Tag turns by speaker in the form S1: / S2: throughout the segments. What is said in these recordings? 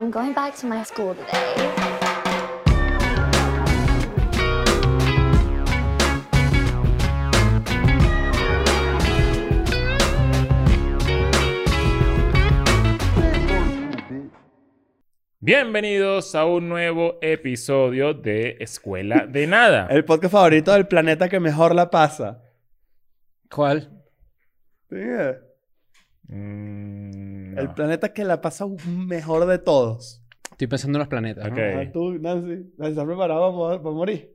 S1: I'm going back to my school today.
S2: Bienvenidos a un nuevo episodio de Escuela de Nada.
S3: El podcast favorito del planeta que mejor la pasa.
S4: ¿Cuál?
S3: Sí, eh.
S2: Mm,
S3: El
S2: no.
S3: planeta que la pasa mejor de todos.
S4: Estoy pensando en los planetas. ¿no?
S2: Ok.
S3: Ah, tú, Nancy. Nancy, ¿estás preparado para, mo- para morir?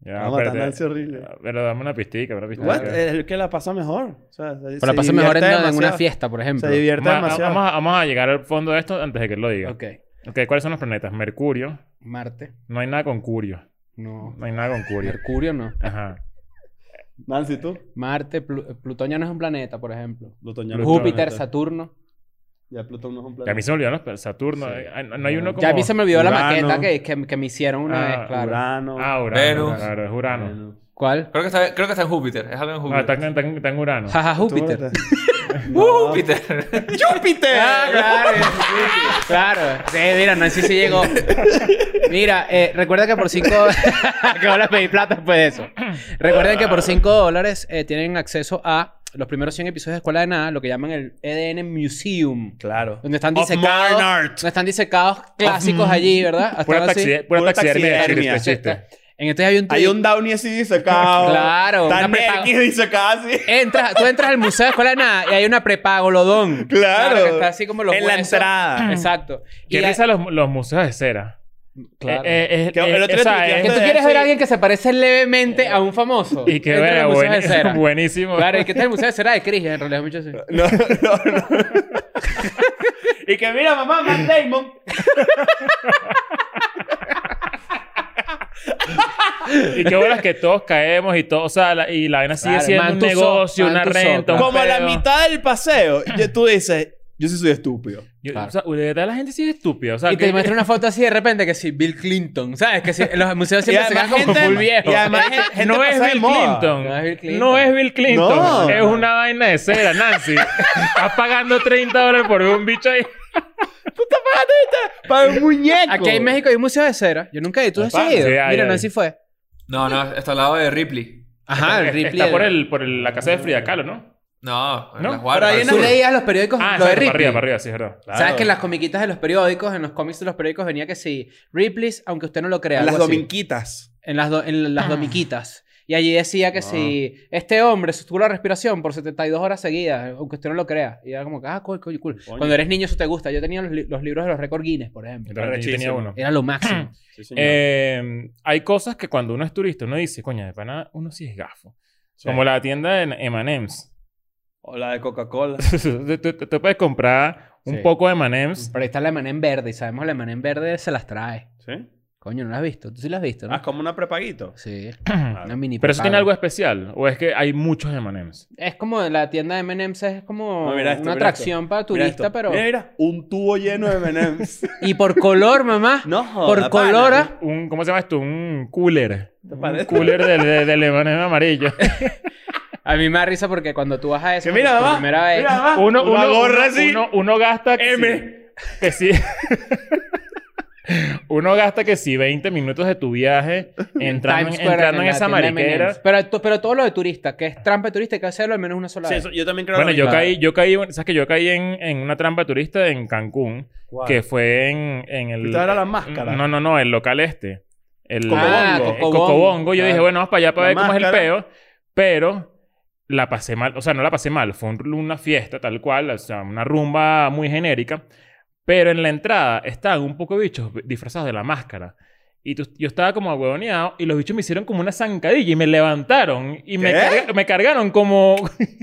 S2: Ya,
S3: Vamos a matar a
S2: espérate.
S3: Nancy horrible.
S2: Pero dame una pistica, una pistica.
S3: What? Eh,
S2: Ok.
S3: El que la pasa mejor. O sea, se-
S4: Pero
S3: se
S4: Pues la pasé mejor en,
S3: divierte
S4: en una
S3: demasiado.
S4: fiesta, por ejemplo.
S3: Se divierte
S2: Vamos a,
S3: demasiado.
S2: vamos a- vamos a llegar al fondo de esto antes de que lo diga.
S4: Ok.
S2: ok, ¿cuáles son los planetas? Mercurio.
S4: Marte.
S2: No hay nada con Curio.
S4: No.
S2: No hay nada con Curio.
S4: Mercurio no.
S2: Ajá.
S3: Nancy, tú.
S4: Marte, Plu- Plutón ya no es un planeta, por ejemplo.
S3: Plutón ya no es un
S4: Júpiter,
S3: planeta.
S4: Saturno.
S3: Ya Plutón no es un
S2: Y a
S3: planeta.
S2: mí se me olvidó los- Saturno.
S3: Sí.
S2: eh, No, no hay uno como...
S4: Ya a mí se me olvidó la
S3: Urano.
S4: maqueta que, que, que me hicieron una
S2: Ah,
S4: vez, claro.
S3: Urano.
S2: Ah, Urano.
S5: Venus.
S2: Claro, es Urano.
S3: Venus.
S4: ¿Cuál?
S5: Creo que, está, creo que está en Júpiter. Es algo en
S2: No,
S5: Júpiter.
S2: Ah,
S5: ¡Uh,
S2: está, en- está en- está en Urano.
S4: Jaja, Júpiter.
S3: No.
S5: Júpiter.
S3: ¡Júpiter!
S4: Ah, claro. claro. Sí, mira, no sé si llegó. Mira, eh, recuerda que por 5 que ahora pedí plata después de eso. Recuerden que por 5 dólares eh, tienen acceso a los primeros 100 episodios de Escuela de Nada, lo que llaman el EDN Museum.
S3: Claro.
S4: Donde están
S3: Of
S4: disecados,
S3: Modern Art.
S4: donde están disecados clásicos allí, ¿verdad? Hasta
S2: Pura,
S4: ahora sí.
S2: taxi, pura,
S3: Pura
S2: taxidermia de
S3: taxidermia.
S2: chiste, chiste.
S4: En este hay un...
S3: Hay un Downey así disecado.
S4: Claro, Eh.
S3: Tan
S4: una prepa-
S3: X disecado así.
S4: Entras, tú entras al Museo de Escuela de Nada y hay una prepago lodón.
S3: Claro.
S4: que está así como los
S3: En la
S4: huesos.
S3: entrada.
S4: Exacto.
S2: ¿Qué
S4: hay-
S2: risa los, los museos de cera?
S4: Claro.
S2: Eh, eh, eh,
S3: Que el otro
S2: eh, o sea,
S3: día tuiteaste
S4: Que tú
S2: eh,
S3: de-
S4: quieres ver
S3: sí.
S4: a alguien que se parece levemente a un famoso.
S2: Y que
S4: Entra
S2: vea,
S4: al Museo de
S2: buen-
S4: Cera.
S2: buenísimo.
S4: Claro, y que está el museo de cera de Cris, en realidad es mucho así.
S3: No, no, no. y que mira, mamá, Matt Damon.
S2: Y qué bolas que todos caemos y todo, o sea, la, y la vaina sigue
S4: Claro,
S2: siendo
S4: man
S2: un
S4: to
S2: negocio,
S4: so,
S2: una
S4: man to so,
S2: renta. un
S3: Como a la
S2: pedo.
S3: mitad del paseo, y tú dices, yo sí soy estúpido.
S2: Yo-
S4: Claro.
S2: O sea, de verdad la gente sí es estúpida. O sea,
S4: Y te
S2: que-
S4: muestra una foto así de repente que sí, Bill Clinton, ¿sabes? Que sí, los museos siempre se quedan como full viejo.
S3: y además gen- gente
S2: no es
S3: pasada de
S2: Bill
S3: moda.
S2: Clinton.
S4: No es Bill Clinton.
S2: No es Bill Clinton.
S3: No.
S2: Es una vaina de cera, Nancy. Estás pagando 30 dólares por un bicho ahí.
S3: Para un muñeco.
S4: Aquí en México hay un museo de cera. Yo nunca he ido. ¿Tú has
S2: Papá,
S4: ido?
S2: sí, hay,
S4: Mira,
S2: hay.
S4: Nancy fue.
S5: No, no, está al lado de Ripley.
S4: Ajá, Ah, el Ripley.
S2: Está por, el, por el- la casa de Frida Kahlo, ¿no?
S5: No, en
S2: No,
S5: las
S3: por ahí
S5: guardas.
S3: en
S4: Tú
S3: el-
S4: leías los periódicos
S2: Ah,
S4: lo de
S2: exacto, para
S4: Ripley.
S2: arriba, para arriba, sí, es verdad.
S4: ¿Sabes que en las comiquitas de los periódicos, en los cómics de los periódicos venía que sí, Ripley's, aunque usted no lo crea.
S3: En las
S4: algo así.
S3: dominquitas.
S4: En las, do- en las domiquitas. Y allí decía que si este hombre sostuvo la respiración por 72 horas seguidas, aunque usted no lo crea. Y era como que, ah, cool, cool, cool.
S3: Coño.
S4: Cuando eres niño eso te gusta. Yo tenía los, li- los libros de los récord Guinness, por ejemplo.
S2: Yo también tenía
S3: Arrechísimo.
S2: uno.
S4: Era lo máximo.
S2: Eh, hay cosas que cuando uno es turista, uno dice, coño, de pana, uno sí es gafo. Como la tienda de M&M's.
S3: O la de Coca-Cola.
S2: tú, tú- tú puedes comprar un
S4: Sí.
S2: poco de M&M's.
S4: Pero ahí está la maná en verde y sabemos la maná en verde se las trae.
S3: ¿Sí?
S4: Coño, no la has visto. Tú sí la has visto, ¿no?
S3: Ah, es como una prepaguito.
S4: Sí.
S3: Claro.
S4: Una mini
S2: Pero eso tiene
S4: prepago.
S2: algo especial. O es que hay muchos M&M's.
S4: Es como la tienda de M&M's es como
S3: No, mira esto,
S4: una
S3: mira
S4: atracción para
S3: Mira
S4: turista,
S3: esto.
S4: pero...
S3: Mira, mira, un tubo lleno de M&M's.
S4: Y por color, mamá.
S3: No
S4: por
S3: joda,
S4: color,
S3: pana.
S4: ah,
S2: Un, ¿Cómo se llama esto? Un cooler. Un
S3: parece?
S2: cooler del de, del M&M amarillo.
S4: ¿ah? a mí me da risa porque cuando tú vas a eso
S3: Que mira,
S4: por
S3: mamá.
S4: primera vez...
S3: Mira, mamá.
S2: Uno,
S3: Una
S2: uno,
S3: gorra
S2: uno-
S3: así.
S2: uno- uno gasta... que
S3: M.
S2: sí- Que sí... Uno gasta que sí 20 minutos de tu viaje entrando,
S4: Times
S2: en-
S4: Square,
S2: entrando en,
S4: la
S2: esa
S4: tienda de
S2: mariquera.
S4: M&M's. Pero, to- pero todo lo de turista, que es trampa de turista, hay que hacerlo al menos una sola
S3: Sí,
S4: vez.
S3: eso- yo también creo
S2: Bueno,
S3: lo
S2: yo
S3: mismo.
S2: caí, yo caí, bueno, sabes que yo caí en, en una trampa turista en Cancún,
S3: Guau.
S2: que fue en, en el.
S3: Fuiste a ver a la máscara.
S2: No, no, no, el local este. El
S3: Cocobongo.
S4: Ah,
S2: el
S4: Cocobongo.
S2: Cocobongo. Yo
S3: Claro.
S2: dije, bueno, vamos para allá para
S3: La
S2: ver cómo es el
S3: máscara.
S2: peo. Pero la pasé mal, o sea, no la pasé mal, fue un- una fiesta tal cual, o sea, una rumba muy genérica. Pero en la entrada estaban un poco de bichos disfrazados de la máscara. Y tú- yo estaba como huevoneado y los bichos me hicieron como una zancadilla y me levantaron y me,
S3: ¿Qué?
S2: carga- me cargaron como...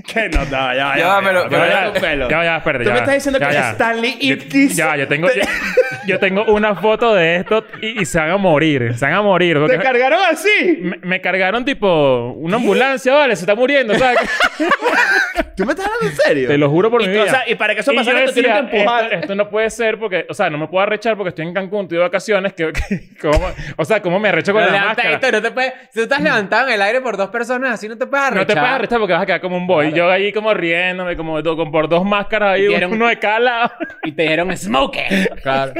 S3: Que no, no, ya, ya.
S5: Ya va, pero-
S2: Ya,
S5: pero
S2: ya,
S3: tu pelo.
S2: ya, ya, espérate,
S3: Tú
S2: ya,
S3: me estás diciendo
S2: ya,
S3: que
S2: ya.
S3: Stanley
S2: Yo-
S3: Ipkiss
S2: Ya, yo tengo,
S3: te-
S2: yo, yo tengo una foto de esto y, y se van a morir. Se van a morir. porque
S3: te cargaron así.
S2: me, me cargaron tipo una ambulancia, vale, se está muriendo, ¿sabes?
S3: ¿Tú me estás hablando en serio?
S2: Te lo juro por
S3: y
S2: mi
S3: tú,
S2: vida.
S3: o sea, y para que eso
S2: Y yo
S3: pasara, tú tienes
S2: decía,
S3: que empujar.
S2: Esto, esto no puede ser porque, o sea, no me puedo arrechar porque estoy en Cancún, estoy de vacaciones. Que, que- ¿cómo? O sea, ¿cómo me arrecho con
S4: Pero
S2: la
S4: levantadito,
S2: máscara? Mm.
S4: no te puedes... Si tú estás levantado en el aire por dos personas, así no te puedes arrechar.
S2: No te puedes arrechar porque vas a quedar como un boy.
S4: Claro.
S2: Yo ahí como riéndome, como do- con- por dos máscaras ahí,
S4: Y dieron-
S2: uno de cada lado.
S4: Y te dijeron smoke. Claro.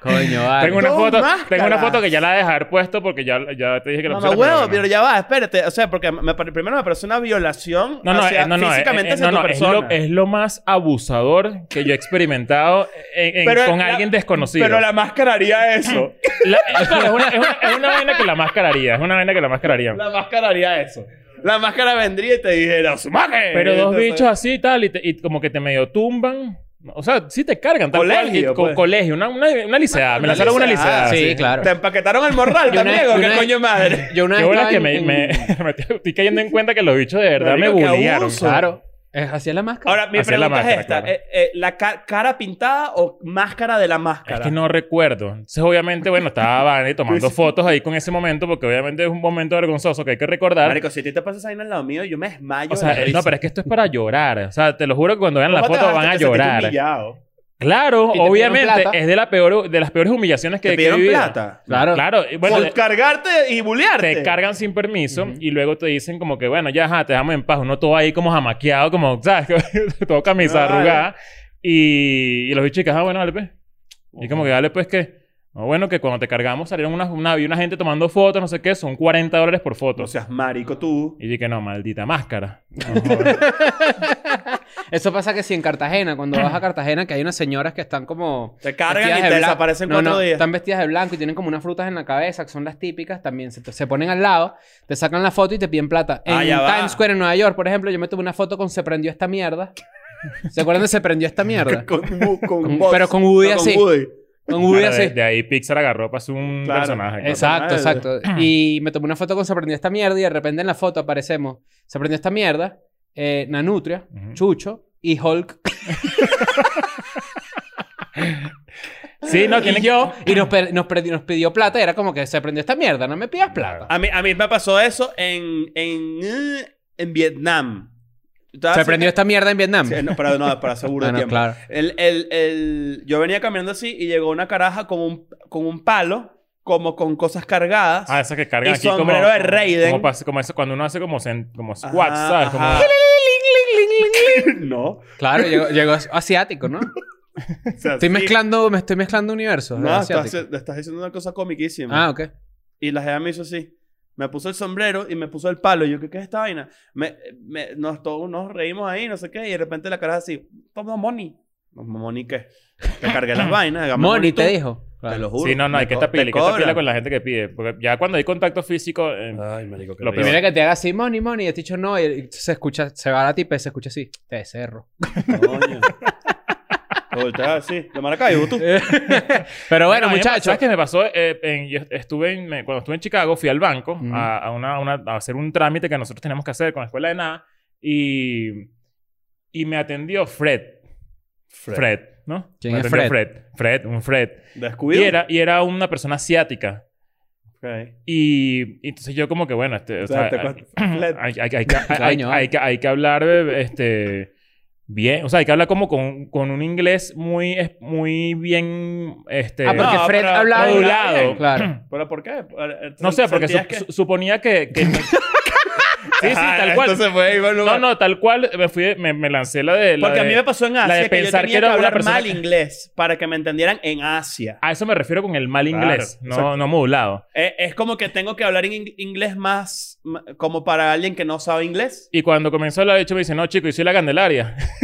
S4: Coño, vale.
S2: Tengo una,
S3: Con
S2: foto, tengo una
S3: máscaras.
S2: foto que ya la dejaré puesto porque ya, ya te dije que la
S3: Mamá
S2: pusiera,
S3: huevo,
S2: no.
S3: pero ya va, espérate. O sea, porque me pare- primero me parece una violación
S2: No, no,
S3: hacia-
S2: eh, no, no, eh,
S3: físicamente
S2: eh,
S3: hacia
S2: no,
S3: tu
S2: no, es,
S3: persona.
S2: lo, es lo más abusador que yo he experimentado en- en-
S3: Pero
S2: con
S3: la-
S2: alguien desconocido.
S3: Pero la máscara haría eso.
S2: La- es, claro, es una, es, una, es una vaina que la mascararía, es una vaina que la mascararía.
S3: la máscara haría eso. La máscara vendría y te dijera, ¡Sumaje!
S2: Pero dos
S3: Entonces-
S2: bichos así y tal, y, te- y como que te medio tumban. O sea, sí te cargan. Tal
S3: Colegio,
S2: cual, y co-
S3: pues.
S2: colegio, una, una, una liceada. Me
S3: Una
S2: lanzaron una
S3: liceada,
S2: liceada.
S4: sí, claro.
S3: Te empaquetaron el morral,
S4: Yo una-
S3: también,
S4: yo
S3: ¿o qué
S4: una-
S3: coño madre?
S4: Yo una
S2: Qué
S4: vez
S2: bola
S4: estaba
S2: que
S4: en-
S2: me,
S4: en-
S2: me- me estoy cayendo en cuenta que los bichos de verdad
S3: Marico,
S2: me
S3: qué
S2: bullearon.
S3: abuso.
S4: Claro. Es así es la máscara.
S3: Ahora, mi
S2: Hacer la
S3: pregunta es
S2: máscara,
S3: esta.
S2: claro.
S3: Eh, eh, ¿La ca- cara pintada o máscara de la máscara?
S2: Es que no recuerdo. Entonces, obviamente, bueno, estaba Vane tomando
S3: Sí.
S2: fotos ahí con ese momento, porque obviamente es un momento vergonzoso que hay que recordar.
S3: Marico, si a ti te pasas ahí en el lado mío, yo me desmayo.
S2: o sea,
S3: de la
S2: eh, no,
S3: risa.
S2: pero es que esto es para llorar. O sea, te lo juro que cuando vean la
S3: ¿Cómo te
S2: foto
S3: vas
S2: van a
S3: te sentiste
S2: llorar.
S3: humillado?
S2: Claro,
S4: Y te
S2: obviamente,
S4: pidieron plata.
S2: es de, la peor, de las peores humillaciones que
S3: ¿Te
S2: que he
S3: pidieron
S2: vivido.
S3: plata?
S4: Claro.
S2: Claro, y bueno,
S3: Por
S2: te-
S3: cargarte y bulearte.
S2: te cargan sin permiso y luego te dicen como que, bueno, ya, ajá, te dejamos en paz. Uno todo ahí como jamaqueado, como, ¿sabes? todo camisa
S3: Claro.
S2: arrugada. Y, y los bichos, y que, ah, bueno, dale, pues. Y como que, dale, pues, que... No, bueno, que cuando te cargamos salieron una, una, vi una gente tomando fotos, no sé qué. Son 40 dólares por foto.
S3: No seas marico tú.
S2: y dije, no, maldita máscara.
S4: Eso pasa que si en Cartagena, cuando vas a Cartagena, que hay unas señoras que están como.
S3: Te cargan
S4: vestidas
S3: y
S4: de
S3: te
S4: blanco.
S3: desaparecen
S4: No,
S3: cuatro
S4: no,
S3: días.
S4: Están vestidas de blanco y tienen como unas frutas en la cabeza, que son las típicas, también se, se ponen al lado, te sacan la foto y te piden plata. En
S3: Ah, ya va.
S4: Times Square, en Nueva York, por ejemplo, yo me tomé una foto con Se prendió esta mierda. ¿Se acuerdan de Se prendió esta mierda?
S3: Con, con,
S4: Con-
S3: bots.
S4: pero con Woody
S3: No,
S4: así.
S3: Woody.
S4: Con Woody
S2: Claro, de-
S4: así.
S2: De ahí Pixar agarró para hacer un
S3: Claro.
S2: personaje. claro.
S4: Exacto,
S3: Madre.
S4: exacto. Y me tomé una foto con Se prendió esta mierda y de repente en la foto aparecemos Se prendió esta mierda, eh, Nanutria,
S2: Ujú.
S4: Chucho y Hulk.
S2: Sí, no, tienen
S4: Y yo, y nos, pe- nos, pre- nos pidió plata y era como que Se prendió esta mierda, no me pidas plata.
S3: A mí, a mí me pasó eso en, en, eh, en Vietnam. Estaba
S4: Se
S3: así-
S4: prendió esta mierda en Vietnam.
S3: Ah, eh.
S2: este
S3: Sí, no, pero no, para seguro
S4: Ah, no,
S3: tiempo.
S4: claro.
S3: El, el, el, yo venía caminando así y llegó una caraja con un, con un palo, como con cosas cargadas.
S2: Ah, esas que cargan
S3: Y
S2: aquí como...
S3: sombrero de Raiden.
S2: Como, pas- como eso, cuando uno hace como, sen- como squats,
S3: Ajá,
S2: ¿sabes? Como-
S3: ajá. no.
S4: Claro, llegó, llegó as- asiático, ¿no?
S3: O sea,
S4: Estoy
S3: sí.
S4: mezclando, me estoy mezclando universos.
S3: No,
S4: ¿no?
S3: estás,
S4: Asiático.
S3: estás diciendo una cosa comiquísima.
S4: Ah, ok.
S3: Y la jefa me hizo así. Me puso el sombrero y me puso el palo. Y yo, ¿qué, qué es esta vaina? Me, me- nos, todos nos reímos ahí, no sé qué. Y de repente la cara así, toma money. ¿Money qué? Te cargué las vainas. hagamos
S4: Moni te
S3: tú.
S4: dijo. Claro.
S3: Te lo juro.
S2: Sí, no, no, hay
S3: Me
S2: que
S3: co-
S2: estar pila,
S3: te
S2: hay que estar pila
S3: cobran. Ah.
S2: con la gente que pide. Porque ya cuando hay contacto físico. eh,
S3: Ay, marico, qué
S2: Lo
S3: risa.
S4: Y mira que te haga así, money, money. Y has dicho no. Y y se escucha, se va a la tipa y se escucha así. Te cerro.
S3: Coño. Te volteas así. De Maracaibo, tú.
S4: Pero bueno,
S2: a mí me pasó-
S4: muchachos.
S2: ¿Sabes qué me pasó? Eh, en- yo estuve en- me- cuando estuve en Chicago, fui al banco
S4: Ujú.
S2: a, a una- a una- a hacer un trámite que nosotros teníamos que hacer con la escuela de nada. Y, y me atendió Fred. Fred, ¿no?
S4: ¿Quién
S2: Me
S4: es Fred?
S2: atendió Fred. Fred, un Fred. Y
S3: Descuido.
S2: era, y era una persona asiática.
S3: Ok.
S2: Y, y entonces yo como que, bueno, este, o
S3: O
S2: sea,
S3: sea, te
S2: hay,
S3: cuesta- flat.
S2: hay- hay- hay que- hay- hay-
S4: Coño.
S2: hay que- hay que hablar eh, este, bien, o sea, hay que hablar como con, con un inglés muy, es- muy bien este,
S4: Ah, porque
S3: No,
S4: Fred
S3: pero-
S4: hablaba.
S2: modulado.
S4: Claro.
S3: ¿Pero por qué? Eh,
S2: No sé, porque
S3: sentías
S2: su- su-
S3: que-
S2: suponía que... que- sí, sí, tal
S3: Ah,
S2: cual.
S3: Entonces fue ahí, bueno,
S2: No, no, tal cual me, fui, me, me lancé la de... la
S3: Porque a
S2: de-
S3: mí me pasó en
S2: la de
S3: Asia que yo
S2: pensar que
S3: tenía que,
S2: era una
S3: hablar
S2: persona
S3: mal
S2: que-
S3: inglés para que me entendieran en Asia.
S2: A eso me refiero con el mal
S3: Claro,
S2: inglés, no,
S3: exacto.
S2: no modulado.
S3: Eh, es como que tengo que hablar en ing- inglés más m- como para alguien que no sabe inglés.
S2: Y cuando comenzó la hecho me dice, no, chico, yo soy la Candelaria.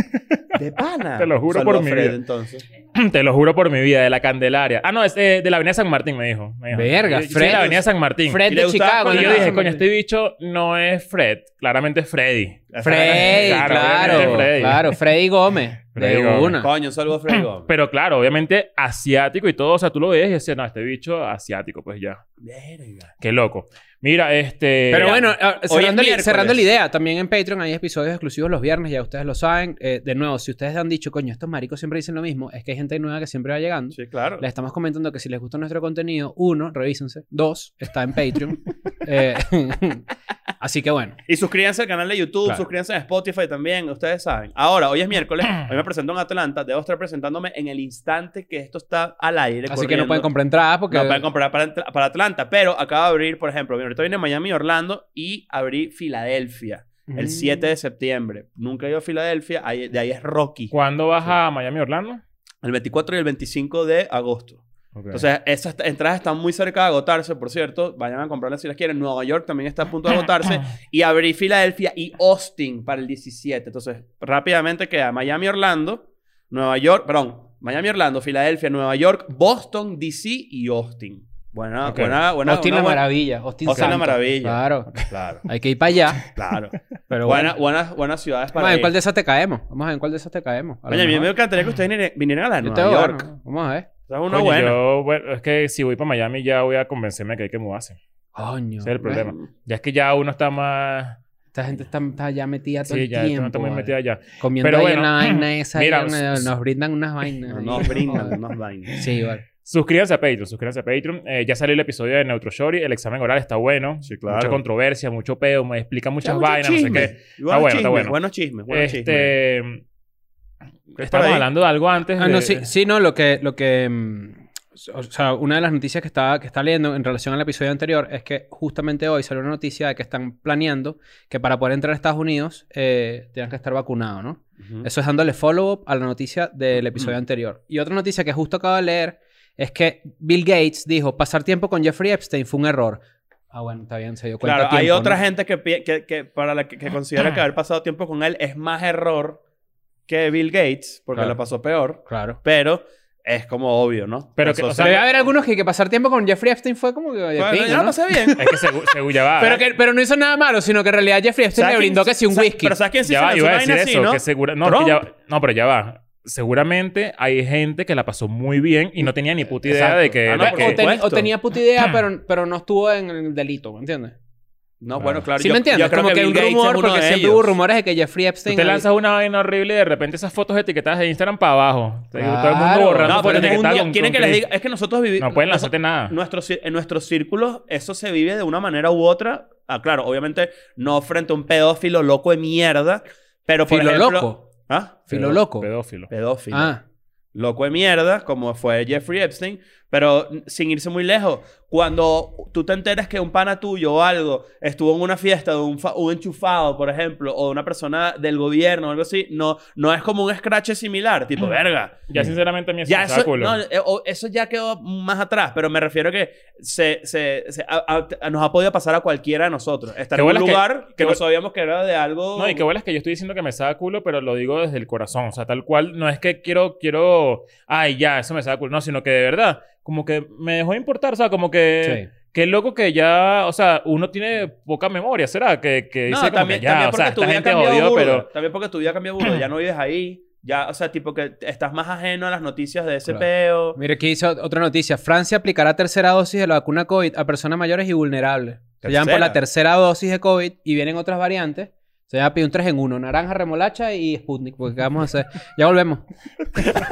S3: De pana.
S2: Te lo juro
S3: Saludo
S2: por
S3: a
S2: mi
S3: Fred,
S2: vida.
S3: entonces.
S2: Te lo juro por mi vida, de la Candelaria. Ah, no, es eh, de la Avenida San Martín, me dijo. Me dijo.
S4: Verga,
S2: Sí,
S4: Fred.
S2: de la Avenida San Martín.
S4: Fred
S3: Y le
S4: de
S3: gustaba
S4: Chicago.
S2: Y
S3: con
S4: ¿no?
S2: yo
S3: Ah,
S2: dije,
S3: hombre.
S2: coño, este bicho no es Fred. Claramente es Freddy.
S4: Freddy,
S2: Claro,
S4: claro.
S2: obviamente Freddy.
S4: Claro, Freddy Gómez.
S2: Freddy
S4: de
S2: Gómez.
S4: una.
S3: Coño, saludo a Freddy Gómez.
S2: Pero claro, obviamente asiático y todo. O sea, tú lo ves y decías, no, este bicho asiático, pues ya.
S3: Verga.
S2: Qué loco. Mira, este...
S4: Pero bueno, ah, cerrando,
S3: es
S4: la-
S3: miércoles.
S4: cerrando la idea, también en Patreon hay episodios exclusivos los viernes, ya ustedes lo saben. Eh, de nuevo, si ustedes han dicho, coño, estos maricos siempre dicen lo mismo, es que hay gente nueva que siempre va llegando.
S3: Sí, claro.
S4: Les estamos comentando que si les gusta nuestro contenido, uno, revísense. Dos, está en Patreon. Eh, así que bueno.
S3: Y suscríbanse al canal de YouTube,
S2: Claro.
S3: suscríbanse a Spotify también, ustedes saben. Ahora, hoy es miércoles, hoy me presento en Atlanta, debo estar presentándome en el instante que esto está al aire.
S4: Así que no pueden
S3: corriendo.
S4: comprar entradas porque.
S3: No pueden comprar para, Atl- para Atlanta, pero acaba de abrir, por ejemplo, ahorita viene Miami, Orlando y abrí Filadelfia
S4: Mm.
S3: el 7 de septiembre. Nunca he ido a Filadelfia, ahí- de ahí es Rocky.
S2: ¿Cuándo vas a Miami, Orlando?
S3: El 24 y el 25 de agosto.
S2: Ok.
S3: Entonces, esas t- entradas están muy cerca de agotarse, por cierto. Vayan a comprarlas si las quieren. Nueva York también está a punto
S4: Ah,
S3: de agotarse. Y abrí Filadelfia y Austin para el 17. Entonces, rápidamente queda Miami, Orlando, Nueva York, perdón, Miami, Orlando, Filadelfia, Nueva York, Boston, DC y Austin. Buena,
S2: Ok.
S3: buena, buena.
S4: Austin
S3: una
S4: la
S3: buena-
S4: maravilla. Austin,
S3: Austin la
S4: Santo.
S3: maravilla.
S4: Claro.
S3: Claro,
S4: Hay que ir para allá.
S3: claro.
S4: Pero bueno.
S3: Buena- buenas, buenas ciudades para
S4: Vamos a ver
S3: ir.
S4: en cuál de esas te caemos. Vamos a ver en cuál de esas te caemos. A lo
S3: Oye, a mí me
S4: mejor.
S3: encantaría que ustedes vinieran- vinieran a la de
S4: Yo
S3: Nueva
S4: te voy,
S3: York.
S4: bueno, Vamos a ver.
S3: Esa es una
S2: Coño,
S3: buena.
S2: yo, bueno, es que si voy para Miami ya voy a convencerme que hay que mudarse.
S4: Coño.
S2: Ese es el
S4: ¿ves?
S2: problema. Ya es que ya uno está más...
S4: Esta gente está, está ya metida todo
S2: Sí,
S4: el
S2: ya
S4: tiempo.
S2: uno está muy
S4: vale.
S2: metido allá.
S4: Comiendo
S2: Pero
S4: ahí
S2: bueno,
S4: en la vaina esa. ahí
S2: mira,
S4: en el-
S2: s-
S4: nos brindan unas vainas.
S3: No,
S4: ahí.
S3: nos brindan,
S4: Joder.
S3: nos brindan.
S4: Sí, vale.
S2: Suscríbanse a Patreon, suscríbanse a Patreon. Eh, ya salió el episodio de Neutro Shorty. El examen oral está bueno.
S3: Sí, claro.
S2: Mucha controversia, mucho peo, me explica muchas
S3: Ya, mucho
S2: vainas, no
S3: chisme.
S2: sé
S3: Y buenos
S2: bueno, está
S3: chismes,
S2: bueno.
S3: Buenos chismes,
S2: qué.
S3: buenos chismes.
S2: Este...
S3: por
S2: Estamos
S3: ahí?
S2: hablando de algo antes.
S4: Ah,
S2: de-
S4: no, sí, sí, no, lo que, lo que. mm, O sea, una de las noticias que está, que está leyendo en relación al episodio anterior es que justamente hoy salió una noticia de que están planeando que para poder entrar a Estados Unidos eh, tengan que estar vacunados, ¿no?
S3: Ujú.
S4: Eso es dándole follow-up a la noticia del episodio anterior. Y otra noticia que justo acabo de leer es que Bill Gates dijo, pasar tiempo con Jeffrey Epstein fue un error. Ah, bueno, está bien, se dio cuenta.
S3: Claro,
S4: a
S3: hay
S4: tiempo,
S3: otra
S4: ¿no?
S3: gente que, pi- que, que para la que, que considera que haber pasado tiempo con él es más error que Bill Gates, porque
S4: Claro.
S3: lo pasó peor,
S4: Claro.
S3: pero es como obvio, ¿no?
S2: Pero que-
S3: Eso
S2: o
S3: sí.
S2: sea,
S4: Debe haber algunos que, que pasar tiempo con Jeffrey Epstein fue como que... de
S3: Bueno,
S4: pinga,
S3: yo la
S4: ¿no?
S3: pasé bien.
S2: Es que según según ya va.
S4: Pero, que, pero no hizo nada malo, sino que en realidad Jeffrey Epstein le
S3: ¿Sabes quién-
S4: brindó que sí un
S3: sa-
S4: whisky.
S3: Pero ¿sabes quién sí
S2: ya
S3: se
S2: va,
S3: lanzó
S2: iba a
S3: una
S2: decir
S3: vaina así,
S2: eso.
S3: no?
S2: que segura- no, es que
S3: Trump.
S2: ya- no, pero ya va. Seguramente hay gente que la pasó muy bien y no tenía ni puta idea
S4: Exacto.
S2: de que...
S3: Ah, no,
S2: de
S3: por
S2: que-
S4: o,
S3: supuesto.
S4: ten- o tenía puta idea, pero, pero no estuvo en el delito, ¿me entiendes?
S3: No, bueno, claro.
S4: ¿Sí
S3: yo-
S4: me entiendes?
S3: Yo creo
S4: Como que,
S3: Bill
S4: un
S3: Gates es
S4: rumor,
S3: uno
S4: porque
S3: de
S4: siempre
S3: ellos.
S4: hubo rumores de que Jeffrey
S2: Tú
S4: Epstein...
S2: te lanzas una vaina horrible y de repente esas fotos etiquetadas de Instagram para abajo. Te digo, Todo el mundo
S4: Claro.
S2: borrando
S3: No,
S2: fotos
S3: pero es
S2: etiquetadas.
S3: un-
S2: con-
S3: quieren que
S2: con
S3: les
S2: Chris.
S3: diga... Es que nosotros vivimos...
S2: No pueden lanzarte nada.
S3: Nuestro cir- en nuestros círculos eso se vive de una manera u otra. Ah, claro, obviamente no frente a un pedófilo loco de mierda, pero por
S4: Filo
S3: ejemplo...
S4: loco.
S3: ¿Ah?
S4: Filo loco.
S2: Pedófilo.
S3: Pedófilo.
S4: Ah,
S3: Loco de mierda, como fue Jeffrey Epstein, pero n- sin irse muy lejos. Cuando tú te enteras que un pana tuyo o algo estuvo en una fiesta de un, fa- un enchufado, por ejemplo, o de una persona del gobierno o algo así, no, no es como un scratch similar,
S4: Mm.
S3: tipo, verga.
S2: Ya sinceramente a mí eso
S3: Ya
S2: me saca
S3: eso,
S2: culo.
S3: no, eh, o- eso ya quedó más atrás, pero me refiero a que se, se- se- a- a- nos ha podido pasar a cualquiera de nosotros. Estar
S2: Qué
S3: en un
S2: bolas que-
S3: lugar que,
S2: qué
S3: no
S2: bol-
S3: sabíamos que era de algo.
S2: No, y qué bueno es que yo estoy diciendo que me saca culo, pero lo digo desde el corazón. O sea, tal cual, no es que quiero, quiero, ay, ya, eso me saca culo. No, sino que de verdad, como que me dejó de importar. O sea, como que, qué loco que ya, o sea, uno tiene poca memoria, ¿será? Que, que
S3: No,
S2: dice como
S3: también,
S2: que ya,
S3: también
S2: o
S3: porque
S2: sea, esta
S3: tu vida ha
S2: gente
S3: cambiado
S2: jodió,
S3: burda.
S2: pero...
S3: También porque tu vida ha cambiado burda, ya no vives ahí. Ya, o sea, tipo que estás más ajeno a las noticias de ese
S4: Claro.
S3: peo.
S4: Mira, aquí hizo otra noticia. Francia aplicará tercera dosis de la vacuna COVID a personas mayores y vulnerables. Se llaman por la tercera dosis de COVID y vienen otras variantes. Se llama pedir un 3 en 1. Naranja, remolacha y Sputnik. Porque ¿qué vamos a hacer? Ya volvemos. Ah.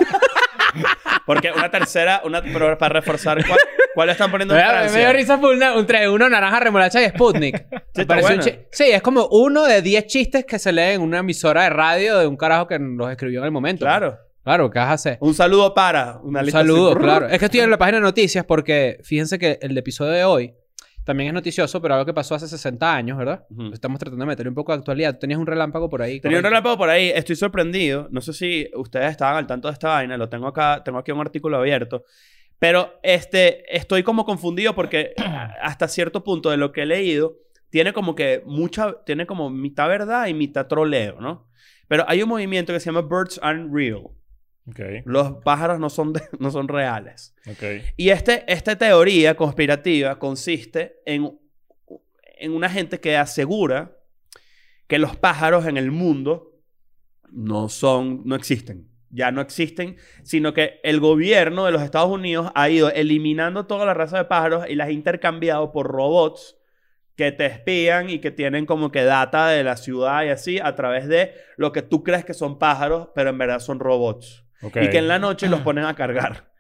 S3: Porque una tercera, una, pero para reforzar, ¿cuál, cuál están poniendo en
S4: Me da- Eh, me dio
S3: Francia?
S4: risa por una- un 3 en 1, naranja, remolacha y Sputnik. Me
S3: está
S4: parece un
S3: buena.
S4: chi- sí, es como uno de 10 chistes que se leen en una emisora de radio de un carajo que los escribió en el momento.
S3: Claro.
S4: Claro, ¿qué vas a hacer?
S3: Un saludo para. Una
S4: Un
S3: lista
S4: saludo,
S3: así.
S4: claro. Es que estoy en la página de noticias porque fíjense que el episodio de hoy también es noticioso, pero algo que pasó hace 60 años, ¿verdad?
S3: Ujú.
S4: Estamos tratando de meterle un poco de actualidad. Tú Tenías un relámpago por ahí.
S3: Tenía un
S4: correcto.
S3: relámpago por ahí, estoy sorprendido. No sé si ustedes estaban al tanto de esta vaina, lo tengo acá, tengo aquí un artículo abierto. Pero este, estoy como confundido porque hasta cierto punto de lo que he leído, tiene como que mucha, tiene como mitad verdad y mitad troleo, ¿no? Pero hay un movimiento que se llama Birds Aren't Real.
S2: Ok,
S3: Los pájaros no son, de- no son reales.
S2: ok.
S3: Y este, esta teoría conspirativa consiste en, en una gente que asegura que los pájaros en el mundo no son, no existen. Ya no existen, sino que el gobierno de los Estados Unidos ha ido eliminando toda la raza de pájaros y las ha intercambiado por robots que te espían y que tienen como que data de la ciudad y así a través de lo que tú crees que son pájaros, pero en verdad son robots
S2: ok.
S3: y que en la noche
S4: Ah.
S3: los ponen a cargar.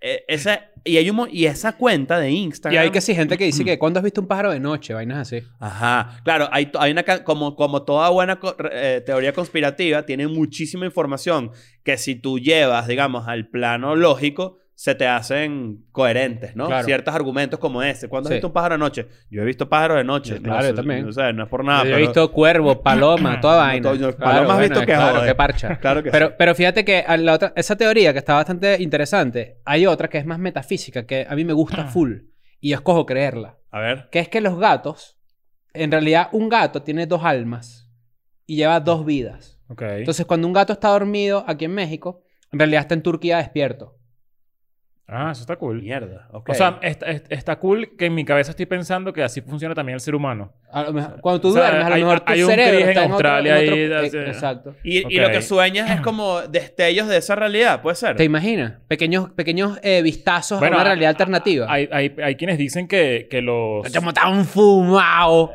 S3: Eh, esa, y, hay un mo- y esa cuenta de Instagram.
S4: Y hay que sí, gente que
S3: Mm.
S4: dice que ¿cuándo has visto un pájaro de noche? Vainas así.
S3: Ajá. Claro, hay, to- hay una. ca- Como, como toda buena co- re- eh, teoría conspirativa, tiene muchísima información que si tú llevas, digamos, al plano lógico, se te hacen coherentes, ¿no?
S4: Claro.
S3: Ciertos argumentos como ese. ¿Cuándo
S4: Sí.
S3: has visto un pájaro de noche? Yo he visto pájaros de noche.
S4: Yo, claro,
S3: no,
S4: yo
S3: sé-
S4: también.
S3: O sea, no es por nada,
S4: Yo he
S3: Ah, pero...
S4: visto cuervo, paloma, toda vaina.
S3: todo- yo- paloma has visto que
S4: claro,
S3: jode.
S4: qué parcha.
S3: Claro que sí.
S4: Pero, pero fíjate que a la otra, esa teoría que está bastante interesante, hay otra que es más metafísica, que a mí me gusta full y yo escojo creerla.
S3: A ver.
S4: Que es que los gatos, en realidad un gato tiene dos almas y lleva dos vidas.
S2: Ok.
S4: Entonces cuando un gato está dormido aquí en México, en realidad está en Turquía despierto.
S2: ah, eso está cool.
S3: Mierda. ok.
S2: O sea, está, es- está cool que en mi cabeza estoy pensando que así funciona también el ser humano.
S4: A lo mejor- cuando tú
S2: O sea,
S4: duermes, a lo
S2: hay-
S4: mejor tu
S2: hay un
S4: cerebro
S2: crío en
S4: está en otro-
S2: Australia
S4: en otro-
S2: ahí,
S4: eh,
S2: hace-
S4: Exacto.
S3: y, y lo
S2: ok.
S3: que sueñas es como destellos de esa realidad, puede ser.
S4: ¿Te imaginas? Pequeños, pequeños eh, vistazos a
S2: Bueno,
S4: una
S2: a-
S4: realidad alternativa.
S2: Hay, hay, hay quienes dicen que, que los...
S4: Chamo, está un fumado.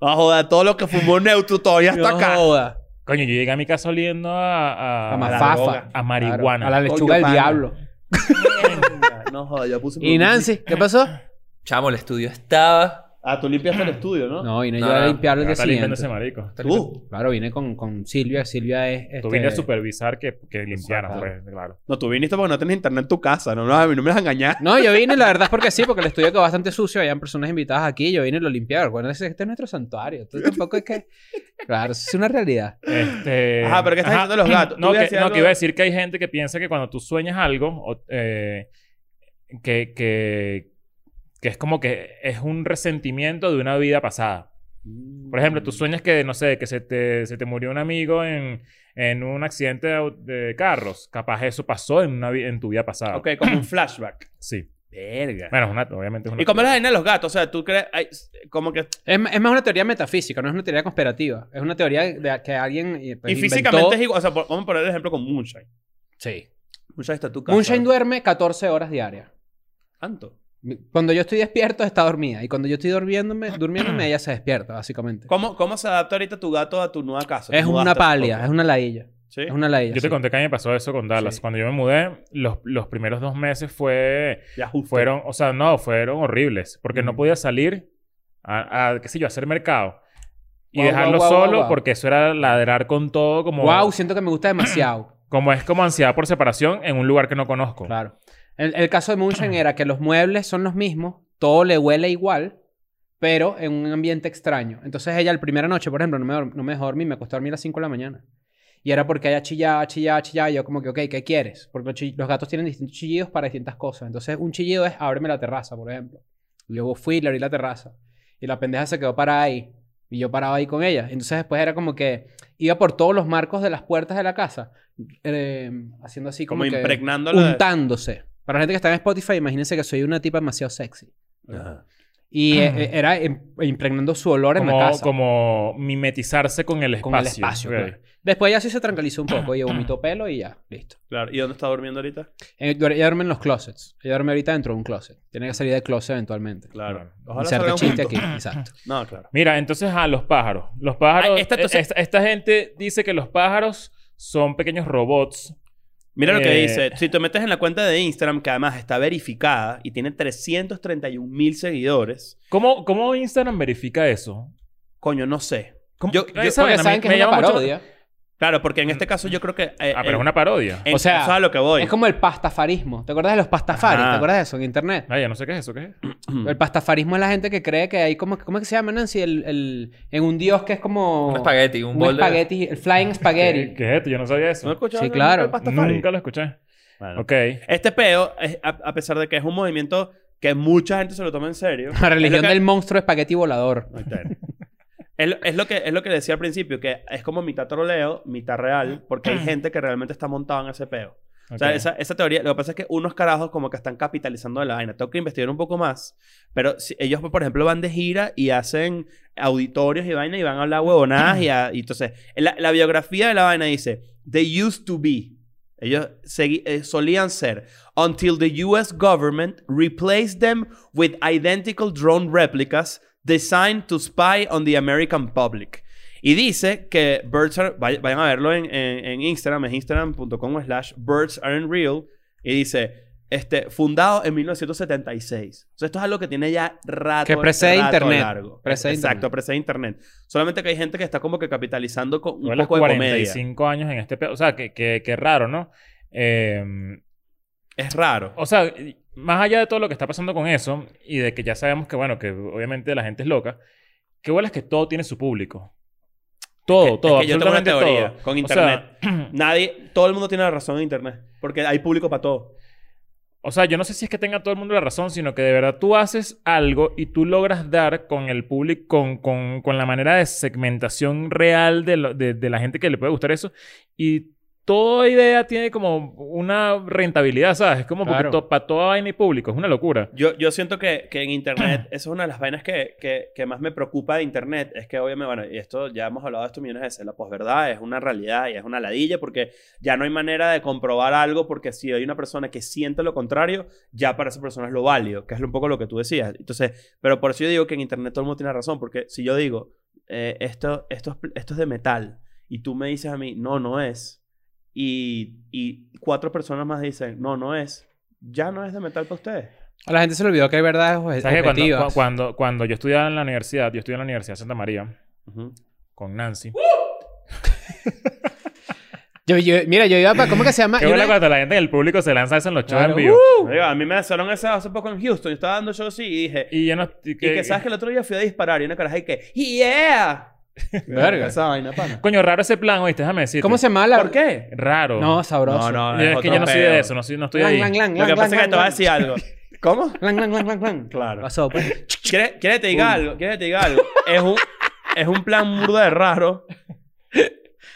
S3: No joda, todo lo que fumó Neutro todavía está
S4: No
S3: acá.
S4: joda.
S2: Coño, yo llegué a mi casa oliendo a... A,
S4: A
S3: la
S4: mafafa.
S3: droga.
S2: a marihuana.
S4: A la lechuga del
S3: pana.
S4: diablo.
S3: No joda, yo puse...
S4: ¿Y Nancy? ¿Qué pasó?
S5: Chamo, el estudio estaba.
S3: Ah, tú limpiaste el estudio, ¿no?
S4: No, vine
S5: No,
S4: yo a
S5: no,
S4: limpiarlo el
S2: Ahora
S4: día
S2: está limpiando ese
S4: siguiente.
S2: marico.
S3: Tú.
S4: Claro, vine con, con Silvia. Silvia es...
S2: Tú
S4: este,
S2: viniste a supervisar que, que limpiaran,
S4: Exacto.
S2: pues, claro.
S3: No, tú viniste porque no tenías internet en tu casa. No, no, no me vas a engañar.
S4: No, yo vine, la verdad es porque sí, porque el estudio quedó bastante sucio, habían personas invitadas aquí, yo vine y lo limpiaron. Acuérdense que este es nuestro santuario. Entonces tampoco es que... Claro, eso es una realidad.
S2: Este...
S3: Ajá, pero ¿qué estás diciendo de los gatos? ¿Tú
S2: No,
S3: ibas a
S2: que,
S3: decir
S2: no,
S3: algo?
S2: que iba a decir que hay gente que piensa que cuando tú sueñas algo, o, eh, que, que, que es como que es un resentimiento de una vida pasada.
S3: Mm.
S2: Por ejemplo,
S4: Mm.
S2: tú sueñas que, no sé, que se te, se te murió un amigo en, en un accidente de, au- de carros. Capaz eso pasó en, una, vi- en tu vida pasada.
S3: Ok, como un flashback.
S2: Sí.
S3: Verga.
S2: Bueno, es una- obviamente es una...
S3: ¿Y cómo es la vaina de los gatos? O sea, tú crees... ay, como que...
S4: Es, m- es más una teoría metafísica, no es una teoría conspirativa. Es una teoría de, que alguien... eh, pues,
S3: y
S4: inventó.
S3: físicamente es igual. O sea, por- vamos a poner el ejemplo con Moonshine.
S4: Sí.
S3: Moonshine está en tu casa.
S4: Moonshine duerme 14 horas diarias.
S3: Tanto.
S4: Cuando yo estoy despierto, está dormida. Y cuando yo estoy durmiéndome, durmiéndome ella se despierta, básicamente.
S3: ¿Cómo, ¿Cómo se adapta ahorita tu gato a tu nueva casa?
S4: Es
S3: Tú
S4: una
S3: mudaste
S4: palia,
S3: hace
S4: es una ladilla.
S3: poco. ¿Sí?
S4: Es una ladilla.
S2: Yo
S4: sí.
S2: te conté que a mí me pasó eso con Dallas.
S4: Sí.
S2: Cuando yo me mudé, los, los primeros dos meses fue...
S3: Ya justo.
S2: Fueron, o sea, no, fueron horribles. Porque no
S4: Mm.
S2: podía salir a, a, qué sé yo, a hacer mercado. Y
S4: Guau,
S2: dejarlo
S4: guau, guau,
S2: solo
S4: guau.
S2: porque eso era ladrar con todo como...
S4: Wow, siento que me gusta demasiado.
S2: Como es como ansiedad por separación en un lugar que no conozco.
S4: claro. El, el caso de Moonshine era que los muebles son los mismos, todo le huele igual, pero en un ambiente extraño. Entonces ella, la primera noche, por ejemplo, no me, dor- no me dejó dormir, me acostó a dormir a las 5 de la mañana. Y era porque ella chillaba, chillaba, chillaba. Y yo, como que, ok, ¿qué quieres? Porque los, chi- los gatos tienen distintos chillidos para distintas cosas. Entonces, un chillido es ábreme la terraza, por ejemplo. Y Luego fui y le abrí la terraza. Y la pendeja se quedó parada ahí. Y yo paraba ahí con ella. Entonces, después era como que iba por todos los marcos de las puertas de la casa, eh, haciendo así como,
S3: Como
S4: que
S3: impregnándola. de-
S4: untándose. Para la gente que está en Spotify, imagínense que soy una tipa demasiado sexy.
S3: Ajá.
S4: Y eh, eh, era im- impregnando su olor en la
S2: Como,
S4: casa.
S2: como mimetizarse con el espacio.
S4: con el espacio.
S2: Ok.
S4: claro. Después ya sí se tranquilizó un poco. Ella vomitó pelo y ya, listo.
S3: Claro. ¿Y dónde está durmiendo ahorita?
S4: Eh, duer- Ella duerme en los closets. Ella duerme ahorita dentro de un closet. Tiene que salir del closet eventualmente.
S3: Claro.
S4: Un
S3: Ojalá
S4: cierto
S3: salgan
S4: chiste aquí.
S3: juntos.
S4: Exacto.
S3: No, claro.
S2: Mira, entonces a los pájaros. Los pájaros.
S3: Ay, Ah, esta-
S2: eh, esta,
S3: entonces-
S2: esta gente dice que los pájaros son pequeños robots.
S3: Mira lo que
S2: Eh,
S3: dice. Si te metes en la cuenta de Instagram, que además está verificada y tiene 331 mil seguidores,
S2: ¿Cómo, cómo Instagram verifica eso?
S3: coño, no sé.
S2: ¿Cómo-
S3: Yo-
S2: esa
S3: yo-
S4: Porque
S2: vaina me-
S4: saben que
S2: me
S4: es una
S2: llama mucho-
S4: parodia.
S3: Claro, porque en este caso yo creo que... eh,
S2: Ah, pero
S3: en-
S2: es una parodia.
S3: en-
S4: O sea,
S3: ¿sabes a lo que voy?
S4: Es como el pastafarismo. ¿Te acuerdas de los pastafaris?
S3: Ajá.
S4: ¿Te acuerdas de eso en internet?
S2: Ay, ya no sé qué es eso, ¿qué
S3: eh,
S2: es?
S4: El pastafarismo es la gente que cree que hay como... ¿Cómo es que se llama, Nancy? El, el- en un dios que es como...
S5: Un espagueti, un,
S4: Un
S5: bol de-
S4: espagueti, el flying spaghetti.
S2: ¿Qué, qué es esto? Yo no sabía eso.
S3: ¿No escuchado
S4: Sí,
S3: nunca
S4: claro.
S3: el Pastafari?
S2: Nunca lo escuché.
S3: Bueno.
S2: Ok.
S3: Este peo, es- a, a pesar de que es un movimiento que mucha gente se lo toma en serio...
S4: La religión
S3: es lo que-
S4: del monstruo espagueti volador.
S3: Ahí está. Es, lo- es lo que, es lo que decía al principio, que es como mitad troleo, mitad real, porque hay gente que realmente está montada en ese peo. O sea,
S2: ok.
S3: esa, esa teoría, lo que pasa es que unos carajos como que están capitalizando de la vaina. Tengo que investigar un poco más. Pero si- ellos, por ejemplo, van de gira y hacen auditorios y vaina y van a hablar huevonadas y, a- y entonces... La, la biografía de la vaina dice, They used to be. Ellos segui- eh, solían ser. Until the US government replaced them with identical drone replicas designed to spy on the American public. Y dice que birds are, vay- vayan a verlo en, en- en Instagram, es instagram.com slash birds aren't real. Y dice, este, fundado en 1976. Entonces esto es algo que tiene ya rato.
S4: Que precede
S3: rato
S4: Internet.
S3: largo.
S4: Precede
S3: Exacto,
S4: Internet.
S3: precede internet. Solamente que hay gente que está como que capitalizando con un
S2: Igual a
S3: poco de comedia.
S2: 45 años en este... pe- O sea, que, que, que raro, ¿no? Eh,
S3: Es raro.
S2: o sea, más allá de todo lo que está pasando con eso y de que ya sabemos que, bueno, que obviamente la gente es loca, qué bueno es que todo tiene su público. Todo,
S3: Es que-
S2: todo,
S3: es que yo tengo una
S2: absolutamente
S3: teoría
S2: todo.
S3: con
S2: O sea,
S3: internet. Nadie, todo el mundo tiene la razón en internet. Porque hay público para todo.
S2: O sea, yo no sé si es que tenga todo el mundo la razón, sino que de verdad tú haces algo y tú logras dar con el público, con, con, con la manera de segmentación real de, lo- de- de la gente que le puede gustar eso. Y toda idea tiene como una rentabilidad, ¿sabes? Es como
S4: Claro.
S2: para toda vaina y público, es una locura.
S3: Yo, yo siento que, que en internet, eso es una de las vainas que, que, que más me preocupa de internet. Es que obviamente, bueno, y esto ya hemos hablado de esto millones de veces, la posverdad es una realidad y es una ladilla porque ya no hay manera de comprobar algo porque si hay una persona que siente lo contrario, ya para esa persona es lo válido, que es un poco lo que tú decías. Entonces, pero por eso yo digo que en internet todo el mundo tiene razón, porque si yo digo, eh, esto, esto, es, pl- esto es de metal y tú me dices a mí, no, no es, y, y cuatro personas más dicen, no, no es, ya no es de metal para ustedes.
S4: A la gente se le olvidó que hay verdades obje-
S2: ¿Sabes que cuando,
S4: objetivas.
S2: cu- cuando, cuando yo estudiaba en la universidad, yo estudié en la Universidad de Santa María
S3: Ujú.
S2: con Nancy.
S4: Yo- yo- mira, yo iba para... ¿Cómo que se llama?
S2: Qué
S4: Yo
S2: bueno
S4: una-
S2: cuando la gente del público se lanza eso en los shows
S4: Claro. uh.
S2: en vivo.
S3: Digo, a mí me lanzaron esa hace poco en Houston. Yo estaba dando shows y dije... Y,
S2: Y yo no... y
S3: que, sabes que el otro día fui a disparar y una caraja y que... ¡Yeah!
S4: Verga.
S3: Esa vaina, pana.
S2: Coño, raro ese plan, oíste, déjame decirte.
S4: ¿Cómo se llama la...?
S3: ¿Por qué?
S2: Raro.
S4: No, sabroso.
S3: No, no,
S2: Yo-
S3: es
S2: es que
S3: otro
S2: yo no soy de
S3: pedo.
S2: eso, no, soy, no estoy
S4: Lan,
S2: ahí.
S4: lan, lan,
S3: Lo que
S4: lan,
S3: pasa es que
S4: lan,
S3: te voy a
S4: lan.
S3: decir algo. ¿Cómo?
S4: Lan, lan, lan, lan, lan.
S3: Claro.
S4: Pasó, pues.
S3: ¿Quieres, quieres que te diga algo? ¿Quieres que te diga algo? Es un, es un plan burda de raro.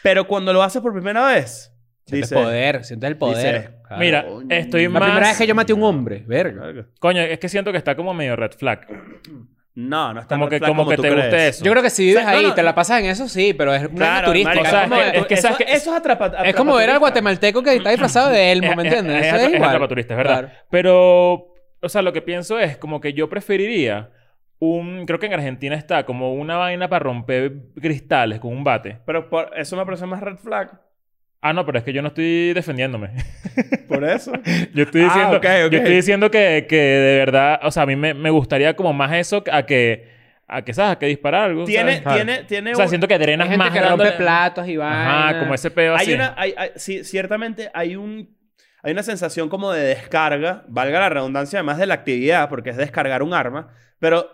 S3: Pero cuando lo haces por primera vez...
S4: Sientes
S3: dices,
S4: poder, sientes el poder.
S3: dice,
S4: Claro.
S2: Mira,
S3: Coño.
S2: estoy
S3: La
S4: La primera vez
S2: más...
S4: que yo maté a un hombre. Verga.
S3: "Verga".
S2: Coño, es que siento que está como medio red flag.
S3: No, no está
S2: Como
S3: tan
S2: que,
S3: flaco
S2: como que
S3: tú
S2: te
S3: crees.
S2: gusta eso.
S4: Yo creo que si vives
S3: O sea, no,
S4: ahí
S3: no.
S4: te la pasas en eso, sí, pero es muy
S3: Claro,
S4: turístico.
S3: marica,
S2: o sea,
S3: es como-
S2: es- es que
S3: eso,
S2: sabes que-
S3: eso es atrapa,
S4: Es como ver al guatemalteco que está disfrazado de Elmo, ¿me
S2: Es-
S4: entiendes?
S2: Eh, Es,
S4: Eso
S2: es,
S4: es
S2: es
S4: igual.
S2: atrapaturista, es verdad.
S4: Claro.
S2: Pero, o sea, lo que pienso es como que yo preferiría un... Creo que en Argentina está como una vaina para romper cristales con un bate.
S3: Pero por- eso me parece más red flag.
S2: Ah, no, pero es que yo no estoy defendiéndome.
S3: Por eso.
S2: Yo estoy
S3: Ah,
S2: diciendo,
S3: ok, ok.
S2: Yo estoy diciendo que, que de verdad, o sea, a mí me, me gustaría como más eso a que, a que ¿sabes? A que disparar algo.
S3: tiene,
S2: ¿sabes?
S3: tiene, tiene...
S2: O sea,
S3: un-
S2: siento que
S4: Hay
S2: drenas
S4: gente
S2: más
S4: que rompe
S2: dándole-
S4: platos y va.
S2: Ajá, como ese pedo así.
S3: Hay una, hay- hay- sí, ciertamente hay un, hay una sensación como de descarga, valga la redundancia, además de la actividad, porque es descargar un arma, pero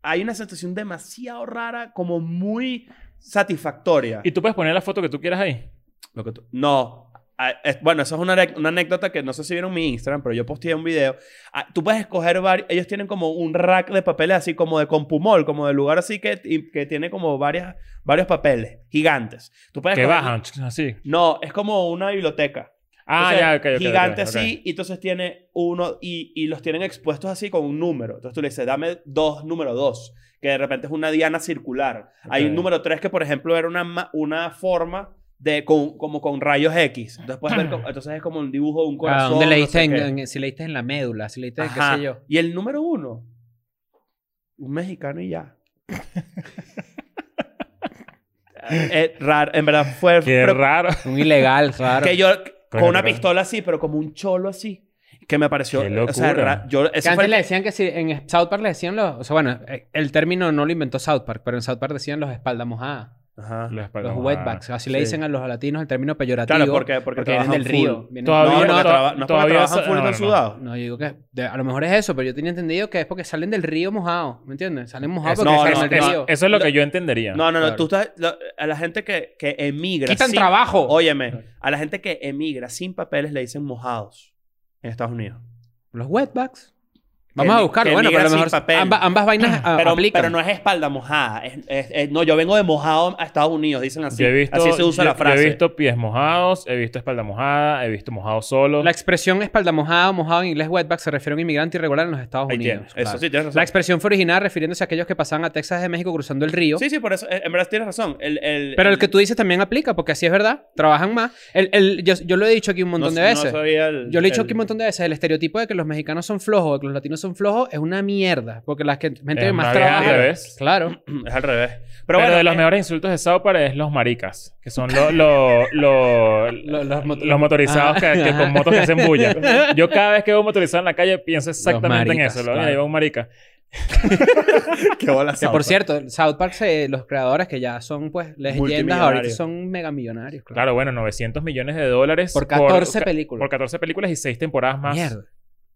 S3: hay una sensación demasiado rara, como muy satisfactoria.
S2: Y tú puedes poner la foto que tú quieras ahí.
S3: Lo que tú- No. Ah, es- Bueno, eso es una, arec- una anécdota que no sé si vieron mi Instagram, pero yo posteé un video. Ah, Tú puedes escoger varios. Ellos tienen como un rack de papeles así como de compumol, como de lugar así que, y- que tiene como varias, varios papeles gigantes. Tú puedes
S2: Que
S3: escoger-
S2: bajan, ch- así.
S3: No, es como una biblioteca.
S2: Ah,
S3: Entonces,
S2: ya, ok, ok, ok.
S3: Gigante
S2: ok.
S3: así, y entonces tiene uno, y, y los tienen expuestos así con un número. Entonces tú le dices, dame dos, número dos, que de repente es una diana circular. Hay un
S2: Ok.
S3: número tres que, por ejemplo, era una, ma- una forma de con- como con rayos X. Entonces, puedes ver como- entonces es como un dibujo de un
S4: Ah,
S3: corazón.
S4: ¿dónde
S3: no
S4: leíste
S3: sé
S4: en-
S3: qué.
S4: en- si leíste en la médula, si leíste,
S3: Ajá.
S4: qué sé yo.
S3: Y el número uno, un mexicano y ya. Eh, raro, en verdad fue
S2: Qué
S3: pre-
S2: raro.
S4: Un ilegal, claro.
S3: que yo con
S2: qué
S3: una
S2: raro.
S3: pistola así, pero como un cholo así, que me pareció, eh,
S2: Qué
S3: o sea,
S2: locura.
S3: ra- yo
S4: Que
S3: eso fue
S4: antes
S3: el-
S4: le decían que si en South Park le decían los... O sea, bueno, eh, el término no lo inventó South Park, pero en South Park decían los espalda mojada,
S3: Ajá.
S2: Los
S4: los
S2: espaldas mojadas.
S4: wetbacks. Así le
S3: sí.
S4: dicen a los latinos el término peyorativo.
S3: Claro, porque, porque,
S4: vienen
S3: trabajan
S4: del río.
S3: full.
S4: vienen-
S2: Todavía no,
S3: no, no,
S2: to-
S3: traba- no es porque
S2: todavía
S3: trabajan
S2: so-
S3: full y
S2: no,
S3: están
S2: no, no.
S3: sudados.
S4: No, yo digo que de- a lo mejor es eso, pero yo tenía entendido que es porque salen del río mojado, ¿me entiendes? Salen mojados
S2: Eso-
S4: porque
S3: no,
S4: salen
S2: eso-
S4: del
S2: eso-
S4: río.
S2: Eso es lo que yo entendería.
S3: No, no, no.
S4: Claro.
S3: Tú estás... la- a la gente que, que emigra...
S4: ¡Quitan
S3: sin-
S4: trabajo!
S3: Óyeme. A la gente que emigra sin papeles le dicen mojados en Estados Unidos.
S4: Los wetbacks. Vamos a
S3: mi-
S4: buscarlo.
S3: que
S4: Bueno, pero a lo
S3: migran sin
S4: mejor
S3: papel.
S4: amba- ambas vainas ah,
S3: Pero,
S4: aplican.
S3: pero no es espalda mojada. es- es- es- no, yo vengo de mojado a Estados Unidos. Dicen así.
S2: Yo he visto,
S3: así se usa
S2: yo-
S3: la frase.
S2: Yo he visto pies mojados, he visto espalda mojada, he visto mojado solo.
S4: La expresión espalda mojada o mojado en inglés wetback se refiere a un inmigrante irregular en los Estados
S3: Ahí
S4: Unidos.
S3: tienes,
S4: claro.
S3: Eso sí, tienes razón.
S4: La expresión fue originada refiriéndose a aquellos que pasaban a Texas de México cruzando el río.
S3: Sí, sí, por eso. eh, En verdad tienes razón. El, el,
S4: Pero el que tú dices también aplica, porque así es verdad. Trabajan más. El, el- yo, yo lo he dicho aquí un montón
S3: no-
S4: de
S3: no
S4: veces.
S3: sabía el-
S4: yo lo he dicho
S3: el-
S4: aquí un montón de veces. El estereotipo de que los mexicanos son flojos, de que los latinos son flojos, es una mierda. Porque la gente gente que
S2: Es
S4: más
S2: más bien al
S4: trabaja...
S2: revés.
S4: Claro.
S3: Es al revés.
S2: Pero,
S3: Pero, bueno,
S2: de los
S3: eh,
S2: mejores insultos de South Park es los maricas, que son los lo, lo-
S4: Lo- los mot-
S2: los motorizados
S4: Ajá.
S2: que, que con motos que hacen bulla. Yo cada vez que veo un motorizado en la calle pienso exactamente en
S4: maricas,
S2: eso. Lo,
S4: claro.
S2: Mira, ahí va un marica.
S3: Qué bola
S4: Que
S3: South
S4: por
S3: Park.
S4: cierto, South Park, se- los creadores que ya son pues leyendas, ahorita
S3: Multimillonarios.
S4: son megamillonarios. Claro.
S2: Claro, bueno, 900 millones de dólares.
S4: Por 14
S2: ca-
S4: películas.
S2: Por 14 películas y 6 temporadas más.
S4: Mierda.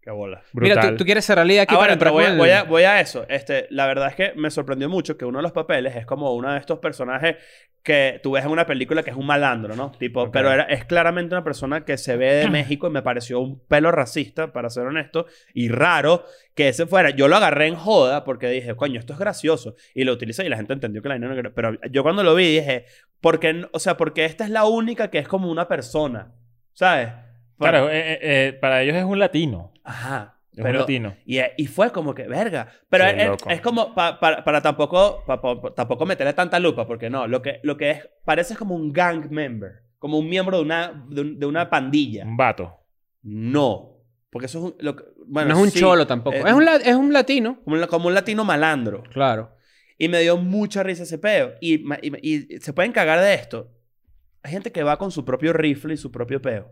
S3: Qué bola.
S2: Brutal.
S4: Mira, ¿tú, tú quieres cerrar la idea aquí
S3: Ahora,
S4: para
S3: Ah, pero voy,
S4: entrar
S3: a,
S4: con
S3: voy, a,
S4: el-
S3: voy a eso. Este, la verdad es que me sorprendió mucho que uno de los papeles es como uno de estos personajes que tú ves en una película que es un malandro, ¿no? Tipo,
S2: Ok.
S3: pero era, es claramente una persona que se ve de México y me pareció un pelo racista, para ser honesto, y raro que ese fuera. Yo lo agarré en joda porque dije, coño, esto es gracioso. Y lo utilicé y la gente entendió que la vaina no era... Pero yo cuando lo vi dije, porque, n- o sea, porque esta es la única que es como una persona, ¿sabes?
S2: Claro, eh, eh, eh, para ellos es un latino.
S3: Ajá.
S2: Es un latino.
S3: Y, e- y fue como que, verga. Pero
S2: Qué
S3: es- es,
S2: loco.
S3: es como pa- pa- para tampoco, pa- pa- pa- tampoco meterle tanta lupa, porque no, lo que, lo que es, parece como un gang member, como un miembro de una, de, un- de una pandilla.
S4: Mm.
S2: Un vato.
S3: No, porque eso es un... lo que- bueno,
S4: no es un
S3: sí,
S4: cholo tampoco.
S3: eh,
S4: es, un la- es un latino.
S3: como, un la- como un latino malandro.
S4: Claro.
S3: Y me dio mucha risa ese peo. Y, ma- y, y se pueden cagar de esto. Hay gente que va con su propio rifle y su propio peo.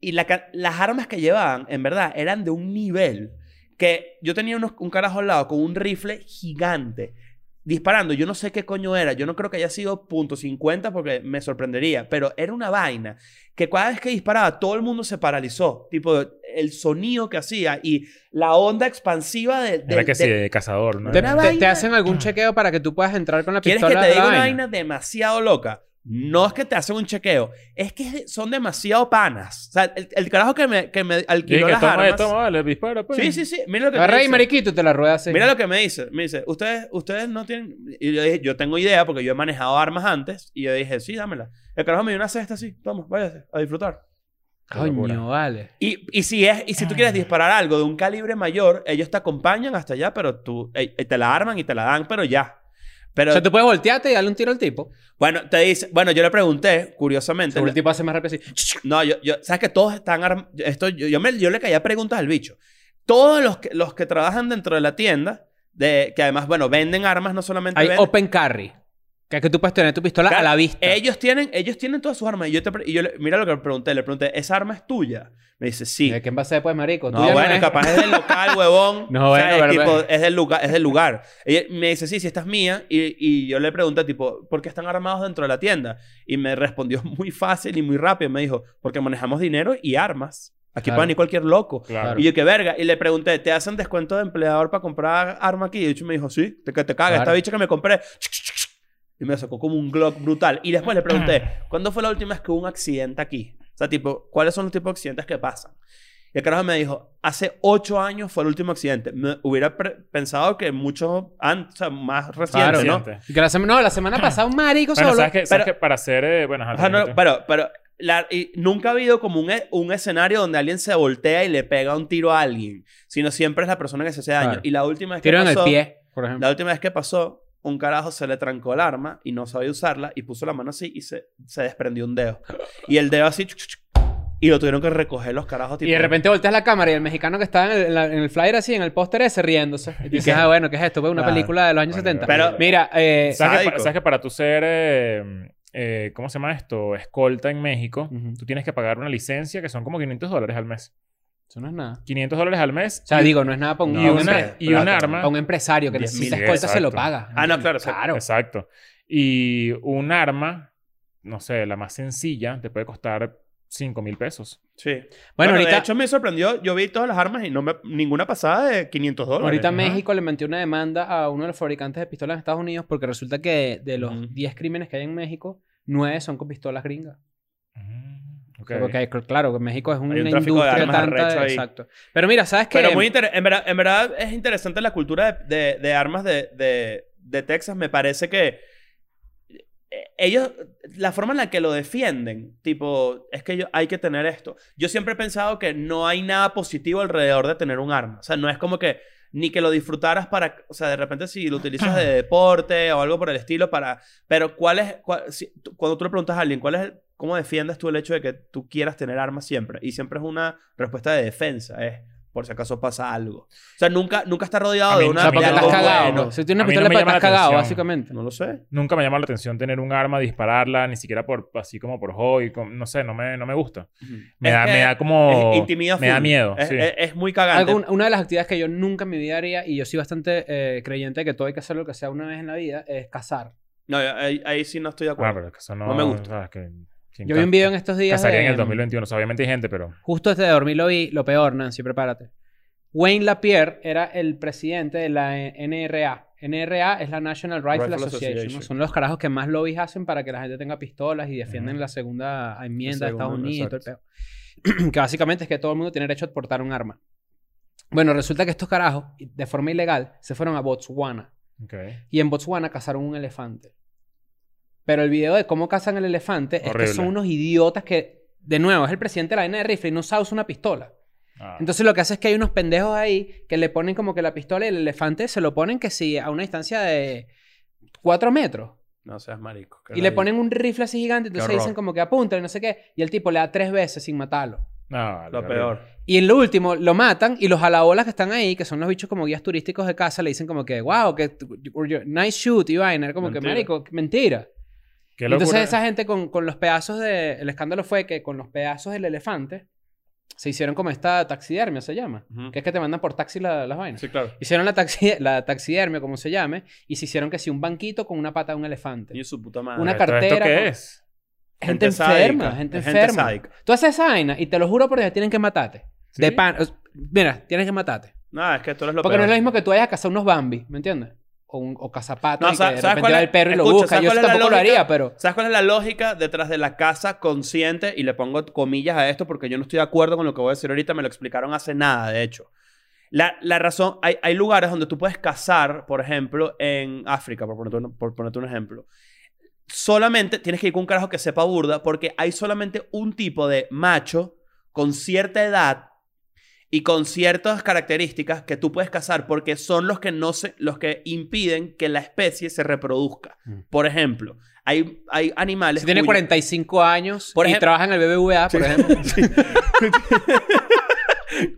S3: Y la ca- las armas que llevaban, en verdad, eran de un nivel que yo tenía unos- un carajo al lado con un rifle gigante disparando. Yo no sé qué coño era. Yo no creo que haya sido punto .50 porque me sorprendería. Pero era una vaina que cada vez que disparaba todo el mundo se paralizó. Tipo, el sonido que hacía y la onda expansiva de...
S2: Era
S3: del-
S2: que sí,
S3: de-
S2: de cazador, ¿no?
S4: Te,
S3: Una
S4: te- te
S3: vaina-
S4: hacen algún chequeo para que tú puedas entrar con la
S3: ¿Quieres
S4: pistola.
S3: que te
S4: de
S3: diga
S4: la
S3: una
S4: vaina?
S3: vaina demasiado loca? No es que te hacen un chequeo, es que son demasiado panas. O sea, el, el carajo que me, que me
S2: Y que
S3: alquiló las
S2: toma,
S3: armas.
S2: toma, vale, dispara, pues.
S3: Sí, sí, sí. Mira lo que
S4: Agarra
S3: me
S4: ahí,
S3: dice.
S4: mariquito, y te la rueda así.
S3: Mira lo que me dice. Me dice, ustedes, ustedes no tienen. Y yo dije, yo tengo idea porque yo he manejado armas antes. Y yo dije, sí, dámela. El carajo me dio una cesta así. Toma, váyase a disfrutar.
S4: Coño, vale.
S3: Y, y, si es, y si tú quieres disparar algo de un calibre mayor, ellos te acompañan hasta allá, pero tú eh, eh, te la arman y te la dan, pero ya.
S4: O
S3: Pero,
S4: sea, tú puedes voltearte y darle un tiro al tipo.
S3: bueno, te dice, bueno, yo le pregunté, curiosamente,
S4: Seguro el tipo hace más rápido así.
S3: No, yo, yo, sabes que todos están arm- esto yo, yo me- yo le caía preguntas al bicho. Todos los que, los que trabajan dentro de la tienda, de, que además, bueno, venden armas, no solamente
S4: Hay
S3: venden.
S4: open carry. Que es que tú puedes tener tu pistola
S3: Claro,
S4: a la vista.
S3: Ellos tienen, ellos tienen todas sus armas. Y yo, te pre- y yo le- mira lo que le pregunté. Le pregunté, ¿esa arma es tuya? Me dice, sí.
S4: ¿De quién va a ser, pues, marico?
S3: No,
S4: Tuya
S3: bueno,
S4: es.
S3: capaz es del local, huevón.
S4: No,
S3: O sea,
S4: bueno,
S3: es,
S4: pero- pues.
S3: tipo, es del lugar. Es del lugar. Ella me dice, sí, sí, esta es mía. Y, y yo le pregunté, tipo, ¿por qué están armados dentro de la tienda? Y me respondió muy fácil y muy rápido. Me dijo, porque manejamos dinero y armas. Aquí
S4: Claro.
S3: pueden ir cualquier loco.
S2: Claro.
S3: Y yo, qué verga. Y le pregunté, ¿te hacen descuento de empleador para comprar arma aquí? Y el bicho me dijo, sí, te, que te cagas.
S4: Claro.
S3: Esta bicha que me compré. Y me sacó como un Glock brutal. Y después le pregunté, ¿cuándo fue la última vez que hubo un accidente aquí? O sea, tipo, ¿cuáles son los tipos de accidentes que pasan? Y el carajo me dijo, hace ocho años fue el último accidente. Me hubiera pre- pensado que mucho antes, o sea, más reciente,
S4: Claro.
S3: ¿no?
S2: Siente.
S4: Y que la sema- no, la semana pasada un marico
S2: Bueno,
S4: solo.
S2: ¿sabes que, sabes
S3: Pero-
S2: que para hacer... eh, bueno, ajá,
S3: Ajá, no,
S2: te-
S3: pero, pero la- y nunca ha habido como un, e- un escenario donde alguien se voltea y le pega un tiro a alguien, sino siempre es la persona que se hace daño.
S4: Claro.
S3: Y la última vez
S4: Tiro
S3: que
S4: en el
S3: pasó,
S4: pie, por ejemplo.
S3: la última vez que pasó, un carajo se le trancó el arma y no sabía usarla y puso la mano así y se, se desprendió un dedo. Y el dedo así, chuc, chuc, chuc, y lo tuvieron que recoger los carajos.
S4: Y de repente volteas la cámara y el mexicano que estaba en el, en la- en el flyer así, en el póster ese, riéndose. Y dices, ah, bueno, ¿qué es esto? Pues una
S3: Claro.
S4: película de los años
S2: Bueno,
S4: 70.
S3: pero-
S4: Mira, eh...
S2: ¿Sabes, que, pa-
S3: sádico.
S2: sabes que para tú ser... eh, eh, ¿Cómo se llama esto? Escolta en México.
S4: Ujú.
S2: Tú tienes que pagar una licencia que son como 500 dólares al mes.
S4: Eso no es nada.
S2: 500 dólares al mes.
S4: O sea,
S2: y-
S4: digo, no es nada para un,
S2: y,
S4: para un
S2: una-
S4: empresa.
S2: y un
S3: Plata.
S2: arma.
S4: a un empresario que
S3: Diez
S4: necesita
S2: mil,
S4: escolta se lo
S2: exacto.
S4: paga.
S3: Ah, no, claro,
S4: Claro.
S2: Exacto. Y un arma, no sé, la más sencilla, te puede costar 5 mil pesos.
S3: Sí. Bueno,
S4: Bueno,
S3: de
S4: ahorita,
S3: hecho me sorprendió. Yo vi todas las armas y no me, ninguna pasada de 500 dólares.
S4: ahorita
S2: Ajá.
S4: México le metió una demanda a uno de los fabricantes de pistolas en Estados Unidos porque resulta que de
S3: Ujú.
S4: los 10 crímenes que hay en México, 9 son con pistolas gringas.
S2: Mm, Ok.
S4: Porque, hay- claro, que México es una
S3: Hay un tráfico de
S4: industria
S3: armas
S4: tanta...
S3: arrecho ahí.
S4: Exacto. Pero mira, ¿sabes qué?
S3: Pero muy inter- en, verdad, en verdad es interesante la cultura de, de- de armas de, de- de Texas. Me parece que eh, ellos, la forma en la que lo defienden, tipo, es que yo- hay que tener esto. Yo siempre he pensado que no hay nada positivo alrededor de tener un arma. O sea, no es como que ni que lo disfrutaras para, o sea, de repente si lo utilizas de deporte o algo por el estilo para, pero cuál es, cuál- si- tú- cuando tú le preguntas a alguien, ¿cuál es, el- cómo defiendes tú el hecho de que tú quieras tener armas siempre? Y siempre es una respuesta de defensa, es por si acaso pasa algo. O sea, nunca, nunca está rodeado
S2: A mí
S3: de
S2: no-
S3: una...
S2: o
S4: sea, porque
S2: mira,
S4: estás
S2: algo
S4: cagado.
S2: bueno.
S4: Si tienes una
S2: A mí no
S4: pistola
S2: me
S4: para
S2: llama
S4: estás
S2: la
S4: cagado,
S2: atención.
S4: básicamente.
S3: No lo sé.
S2: Nunca me llamó la atención tener un arma, dispararla, ni siquiera por así como por hobby. com- no sé, no me, no me gusta. Me,
S3: Es
S2: da,
S3: que
S2: me da como...
S3: es intimidad
S2: me da
S3: full.
S2: miedo,
S3: Es,
S2: sí.
S3: es- es muy cagante.
S4: Algo- una- una de las actividades que yo nunca en mi vida haría, y yo soy bastante eh, creyente de que todo hay que hacer lo que sea una vez en la vida, es cazar.
S3: No, ahí, ahí sí no estoy de
S4: pues.
S2: Ah, pero
S3: acuerdo.
S2: es que eso no...
S3: No me gusta.
S2: sabes que- que
S4: Yo vi un video en estos días.
S2: Casaría en
S4: de-
S2: el 2021. O sea, obviamente hay gente, pero...
S4: Justo antes de dormir lo vi, lo peor, Nancy, prepárate. Wayne Lapierre era el presidente de la NRA. NRA es la National Rifle,
S3: Rifle
S4: Association. ¿no?
S3: Association.
S4: Son los carajos que más lobbies hacen para que la gente tenga pistolas y defienden
S2: Ujú.
S4: la segunda enmienda
S3: La
S4: de Estados
S3: segunda,
S4: Unidos y todo el peor. que básicamente es que todo el mundo tiene derecho a portar un arma. Bueno, resulta que estos carajos, de forma ilegal, se fueron a Botswana.
S2: Ok.
S4: Y en Botswana cazaron un elefante. Pero el video de cómo cazan el elefante es
S2: Horrible.
S4: que son unos idiotas que, de nuevo, es el presidente de la NRF y no sabe usar una pistola.
S2: Ah.
S4: Entonces lo que hace es que hay unos pendejos ahí que le ponen como que la pistola y el elefante se lo ponen que sí a una distancia de 4 metros.
S3: No seas marico. que
S4: Y le
S3: nadie-
S4: ponen un rifle así gigante, entonces
S3: horror.
S4: dicen como que apunta y no sé qué. Y el tipo le da tres veces sin matarlo.
S2: No, Ah, vale,
S3: Lo
S2: horrible.
S3: peor.
S4: Y en lo último, lo matan y los alabolas que están ahí, que son los bichos como guías turísticos de casa, le dicen como que, wow, que nice shoot, y vaina. Era Como
S3: Mentira.
S4: que, marico, qué mentira.
S2: Qué
S4: Entonces
S2: locura.
S4: esa gente con, con los pedazos de... El escándalo fue que con los pedazos del elefante se hicieron como esta taxidermia, se llama.
S3: Ujú.
S4: Que es que te mandan por taxi la- las vainas.
S3: Sí, claro.
S4: Hicieron la, taxi, la taxidermia, como se llame, y se hicieron que sí, un banquito con una pata de un elefante.
S3: Y su puta madre.
S4: Una
S2: ¿Esto- ¿Esto
S4: cartera
S2: qué
S4: con-
S2: es?
S4: Gente,
S3: gente sádica,
S4: enferma, gente
S3: gente
S4: enferma.
S3: sádica.
S4: Tú haces esa vaina y te lo juro porque tienen que matarte.
S2: ¿Sí?
S4: De pan. o- Mira, tienes que matarte.
S3: No, es que esto no es lo
S4: Porque no
S3: peor.
S4: es lo mismo que tú vayas a cazar unos Bambi, ¿me entiendes? O, un, o cazapatas
S3: No,
S4: y
S3: sa-
S4: que de
S3: ¿sabes
S4: repente
S3: cuál
S4: va
S3: es?
S4: el perro y lo
S3: Escucha,
S4: busca.
S3: ¿sabes
S4: Yo
S3: cuál
S4: eso
S3: es la
S4: tampoco lo
S3: lógica?
S4: haría, pero...
S3: ¿Sabes cuál es la lógica detrás de la casa consciente? Y le pongo comillas a esto porque yo no estoy de acuerdo con lo que voy a decir ahorita. Me lo explicaron hace nada, de hecho. La, la razón, hay, hay lugares donde tú puedes cazar, por ejemplo, en África, por ponerte, un, por ponerte un ejemplo. Solamente tienes que ir con un carajo que sepa burda porque hay solamente un tipo de macho con cierta edad y con ciertas características que tú puedes cazar porque son los que no se, los que impiden que la especie se reproduzca.
S4: Mm.
S3: Por ejemplo, hay, hay animales.
S4: Si tiene
S3: cuyo-
S4: 45 años
S3: Por
S4: y
S3: ejemplo-
S4: trabaja en el BBVA, por ejemplo.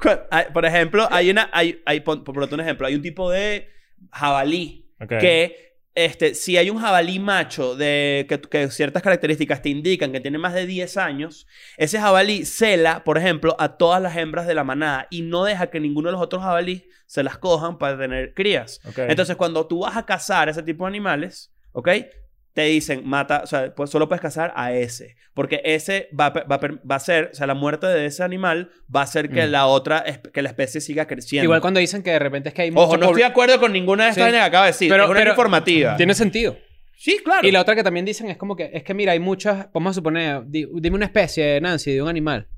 S3: Cu- hay- Por ejemplo, hay una. Hay, hay, pon- por ponerte un ejemplo, hay un tipo de jabalí
S2: Ok.
S3: que este, si hay un jabalí macho de, que, que ciertas características te indican que tiene más de 10 años, ese jabalí cela, por ejemplo, a todas las hembras de la manada y no deja que ninguno de los otros jabalíes se las cojan para tener crías.
S2: Ok.
S3: Entonces, cuando tú vas a cazar ese tipo de animales, ¿ok? Te dicen, mata, o sea, pues solo puedes cazar a ese. Porque ese va, a pe- va, a per- va a ser, o sea, la muerte de ese animal va a hacer que
S4: Mm.
S3: la otra, espe- que la especie siga creciendo.
S4: Igual cuando dicen que de repente es que hay
S3: Ojo,
S4: mucha
S3: no
S4: pobl-
S3: estoy de acuerdo con ninguna de estas
S4: Sí.
S3: vainas que acabo de decir.
S4: Pero-
S3: es una
S4: pero-
S3: informativa.
S4: Tiene sentido.
S3: Sí, claro.
S4: Y la otra que también dicen es como que, es que mira, hay muchas, vamos a suponer, di- dime una especie, Nancy, de un animal.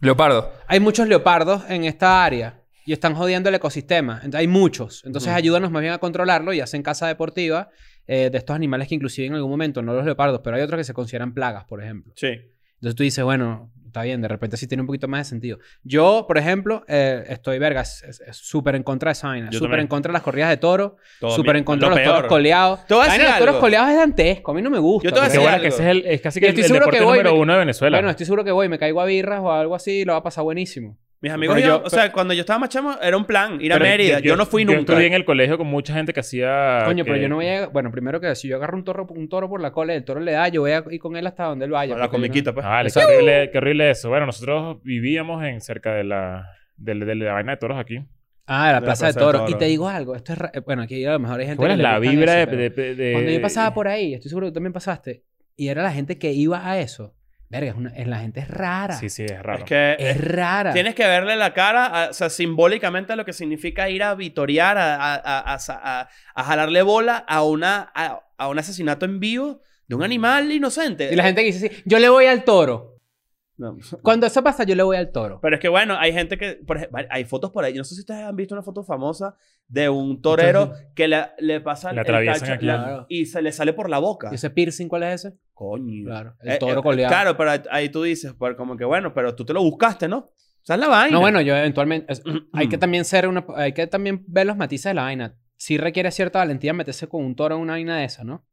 S5: Leopardo.
S4: Hay muchos leopardos en esta área y están jodiendo el ecosistema. Ent- hay muchos. Entonces ayúdanos más bien a controlarlo y hacen casa deportiva eh, de estos animales que inclusive en algún momento, no los leopardos, pero hay otros que se consideran plagas, por ejemplo.
S3: Sí.
S4: Entonces tú dices, bueno, está bien, de repente sí tiene un poquito más de sentido. Yo, por ejemplo, eh, estoy, vergas, súper en contra de esa vaina.
S3: Yo
S4: Súper
S3: también.
S4: en contra de las corridas de toro.
S3: Todo
S4: Súper
S3: mi-
S4: en contra
S3: lo
S4: de los toros
S3: peor.
S4: coleados.
S3: Te voy a
S4: La vaina
S3: decir
S4: de los toros
S3: algo.
S4: coleados es dantesco. A mí no me gusta.
S3: Yo te voy
S4: por
S2: Qué
S3: a decir
S4: ejemplo.
S2: bueno
S3: algo.
S2: que ese es, el, es
S4: Yo
S2: casi que el,
S4: estoy
S2: el
S4: seguro que
S2: deporte
S4: voy,
S2: número
S4: me-
S2: uno de Venezuela.
S4: Bueno, estoy seguro que voy. Me caigo a birras o algo así y lo va a pasar buenísimo.
S3: Mis amigos,
S4: Pero
S3: y yo,
S4: yo-
S3: o sea, cuando yo estaba más chamo, era un plan ir a
S2: Pero
S3: Mérida. Yo, no fui
S2: Yo
S3: nunca.
S2: estudié en el colegio con mucha gente que hacía...
S4: Coño, pero
S2: que-
S4: yo no voy a... Bueno, primero que si yo agarro un toro, un toro por la cola y el toro le da, yo voy a ir con él hasta donde él vaya. porque
S3: la
S4: yo no-
S3: comiquita, pues.
S2: Ah, vale, qué
S4: Exacto.
S2: horrible, qué horrible eso. Bueno, nosotros vivíamos en cerca de la, de, de- de la vaina de toros aquí.
S4: Ah, la
S3: De
S4: plaza de toros. Y
S3: Toro.
S4: te digo algo. Esto es... ra- eh, Bueno, aquí a lo mejor hay gente
S2: ¿Cuál
S4: que
S2: es
S4: le
S2: la
S4: gustan eso,
S2: vibra de,
S4: pero-
S2: de- de- de-
S4: Cuando yo pasaba por ahí, estoy seguro que tú también pasaste, y era la gente que iba a eso. Verga, es una- es- la gente es rara.
S2: Sí, sí, es raro.
S3: Es que
S4: Es rara.
S3: Tienes que verle la cara, a- o sea, simbólicamente a lo que significa ir a vitorear, a, a, a- a- a- a jalarle bola a, una, a, a un asesinato en vivo de un animal inocente.
S4: Mm. Y la gente que dice así, yo le voy al toro.
S3: No.
S4: Cuando eso pasa, yo le voy al toro.
S3: Pero es que bueno, hay gente que, por ejemplo, hay fotos por ahí. Yo no sé si ustedes han visto una foto famosa de un torero que le, le pasan
S2: Le atraviesan aquí.
S4: Claro.
S3: y se le sale por la boca.
S4: ¿Y ese piercing cuál es ese?
S3: Coño.
S4: Claro, el
S3: Ah. Eh,
S4: toro
S3: eh,
S4: coleado.
S3: Claro, pero ahí tú dices, pues, como que bueno, pero tú te lo buscaste, ¿no? O sea, es la vaina.
S4: No, bueno, yo eventualmente... es- hay
S3: Mm.
S4: que también ser una... Hay que también ver los matices de la vaina. Sí requiere cierta valentía meterse con un toro en una vaina de esa, ¿no?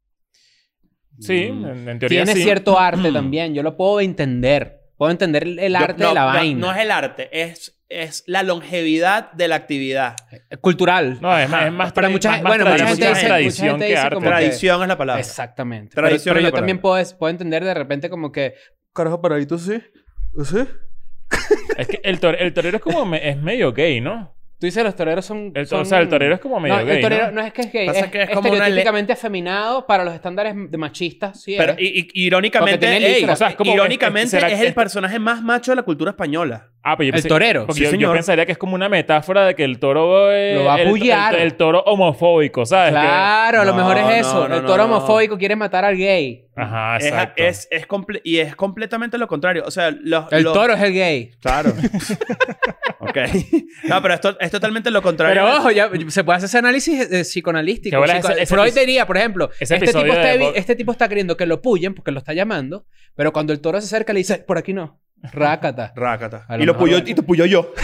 S2: Sí,
S3: Mm.
S2: en, en teoría
S4: Tiene
S2: sí.
S4: cierto arte también. Yo lo puedo entender. Puedo entender el, el
S3: Yo-
S4: arte
S3: no,
S4: de la
S3: no,
S4: vaina.
S3: No, es el arte, es es la longevidad de la actividad.
S4: Eh, Cultural.
S2: No, es más, es más
S4: Para
S2: tradi-
S4: mucha-
S2: más- más
S4: bueno, mucha
S2: tradición-
S3: gente
S2: más
S3: dice-
S2: tradición
S4: mucha gente
S2: que
S4: dice
S2: arte.
S4: como que-
S3: Tradición es la palabra.
S4: Exactamente. Pero,
S3: Tradición
S4: pero
S3: es la
S4: yo también
S3: palabra.
S4: puedo, puedo entender de repente como que...
S3: Carajo, paradito sí. ¿Sí?
S2: Es que el, tor- el torero es como me- es medio gay, ¿no?
S4: Tú dices los toreros son...
S2: El to-
S4: son-
S2: O sea, el torero es como medio
S4: no,
S2: gay.
S4: el torero ¿no?
S2: ¿no?
S4: es que es gay.
S3: Pasa
S4: es,
S3: que es como una le-
S4: estereotípicamente afeminado para los estándares de machistas. Sí
S3: Pero
S4: es.
S3: y- y- irónicamente,
S4: Porque tiene
S3: ey,
S4: listra.
S3: o sea, es como-
S2: es-
S3: irónicamente
S2: será-
S3: es el personaje más macho de la cultura española.
S2: Ah, pero yo
S4: El torero.
S2: porque
S3: Sí,
S2: yo, yo
S3: señor.
S2: pensaría que es como una metáfora de que el toro es.
S4: Lo va a
S2: el- el-
S4: bullear.
S2: El, toro homofóbico, ¿sabes? Que-
S4: Claro, a lo
S3: No,
S4: mejor
S3: no,
S4: es eso.
S3: no,
S4: el
S3: no,
S4: toro
S3: no.
S4: homofóbico quiere matar al gay.
S2: Ajá,
S3: Es,
S2: exacto.
S3: es, es comple- y es completamente lo contrario. O sea, los,
S4: El
S3: los-
S4: toro es el gay.
S3: Claro. ok. No, pero esto es totalmente lo contrario.
S4: Pero ojo, ya, se puede hacer ese análisis eh, psicoanalístico.
S2: Que bolas,
S4: psico-
S2: ese- ese
S4: Freud
S2: episo-
S4: diría, por ejemplo,
S2: ese
S4: este tipo,
S2: episodio
S4: está
S2: de
S4: evi-
S2: Bob-
S4: este tipo está queriendo que lo puyen porque lo está llamando, pero cuando el toro se acerca le dice, por aquí no, rácata.
S3: Rácata.
S4: A lo
S3: Y lo
S4: mejor
S3: puyó,
S4: lo-
S3: y te puyó yo.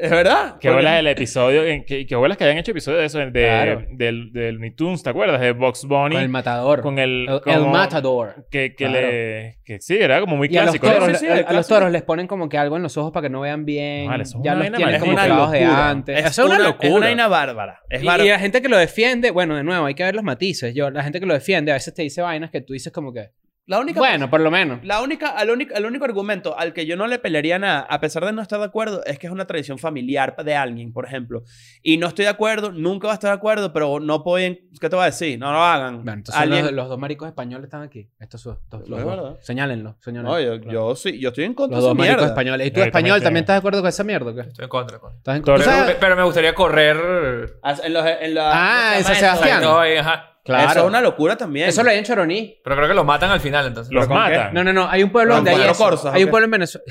S3: ¿Es verdad?
S2: Que bolas el episodio. en- Que, que bolas que hayan hecho episodio de eso. De,
S4: Claro.
S2: del, del Looney Tunes, ¿te acuerdas? De Box
S4: Con
S2: Bunny.
S4: el matador.
S2: con el-
S4: el,
S2: como-
S4: el matador.
S2: Que, que
S4: Claro.
S2: le. Que sí, era como muy
S4: Y a los,
S2: clásico.
S4: toros,
S2: ¿no?
S3: Sí, sí,
S4: le- a- a
S3: clásico.
S4: los toros les ponen como que algo en los ojos para que no vean bien.
S2: Vale, eso es
S4: ya
S2: una
S4: los
S2: vaina
S4: tienen
S2: maluca.
S4: como
S2: Es una
S4: clavados de antes. Eso es una
S3: Es una
S4: locura.
S3: vaina bárbara. Es
S4: Y,
S3: bárbara.
S4: y la gente que lo defiende, bueno, de nuevo, hay que ver los matices. Yo, la gente que lo defiende a veces te dice vainas que tú dices como que,
S3: la única
S4: bueno, por lo menos.
S3: La única, al, único, al único argumento al que yo no le pelearía nada, a pesar de no estar de acuerdo, es que es una tradición familiar de alguien, por ejemplo. Y no estoy de acuerdo, nunca va a estar de acuerdo, pero no pueden. ¿Qué te voy a decir? No lo hagan.
S4: Bueno, entonces
S3: Alguien-
S4: los, los dos maricos españoles están aquí. Estos son dos-
S3: Es
S4: los dos.
S3: verdad.
S4: Señálenlo, señálenlo.
S3: No, yo,
S4: Claro.
S3: yo sí, yo estoy en contra
S4: Los
S3: de esa
S4: dos maricos
S3: mierda.
S4: españoles. ¿Y tú
S2: No, yo
S4: español
S2: también
S4: también
S2: tengo.
S4: estás de acuerdo con esa mierda? o qué?
S5: Estoy en contra. contra.
S4: ¿Estás en
S2: Torero.
S4: ¿Tú
S5: Pero,
S4: sabes?
S5: pero me gustaría correr.
S3: Ah, En los, en la-
S4: Ah,
S3: ¿cómo se
S4: en
S3: llama
S4: San
S3: eso?
S4: Sebastián.
S5: No, ahí, ajá.
S4: Claro.
S3: Eso es una locura también.
S4: Eso lo hay en Choroní.
S5: Pero creo que los matan al final, entonces.
S2: Los
S3: ¿Pero con qué?
S2: matan.
S4: No, no, no. Hay un pueblo
S3: Pero
S4: donde hay
S3: cuatro
S4: eso.
S3: corzas,
S4: hay un
S3: ¿o qué?
S4: pueblo en Venezuela.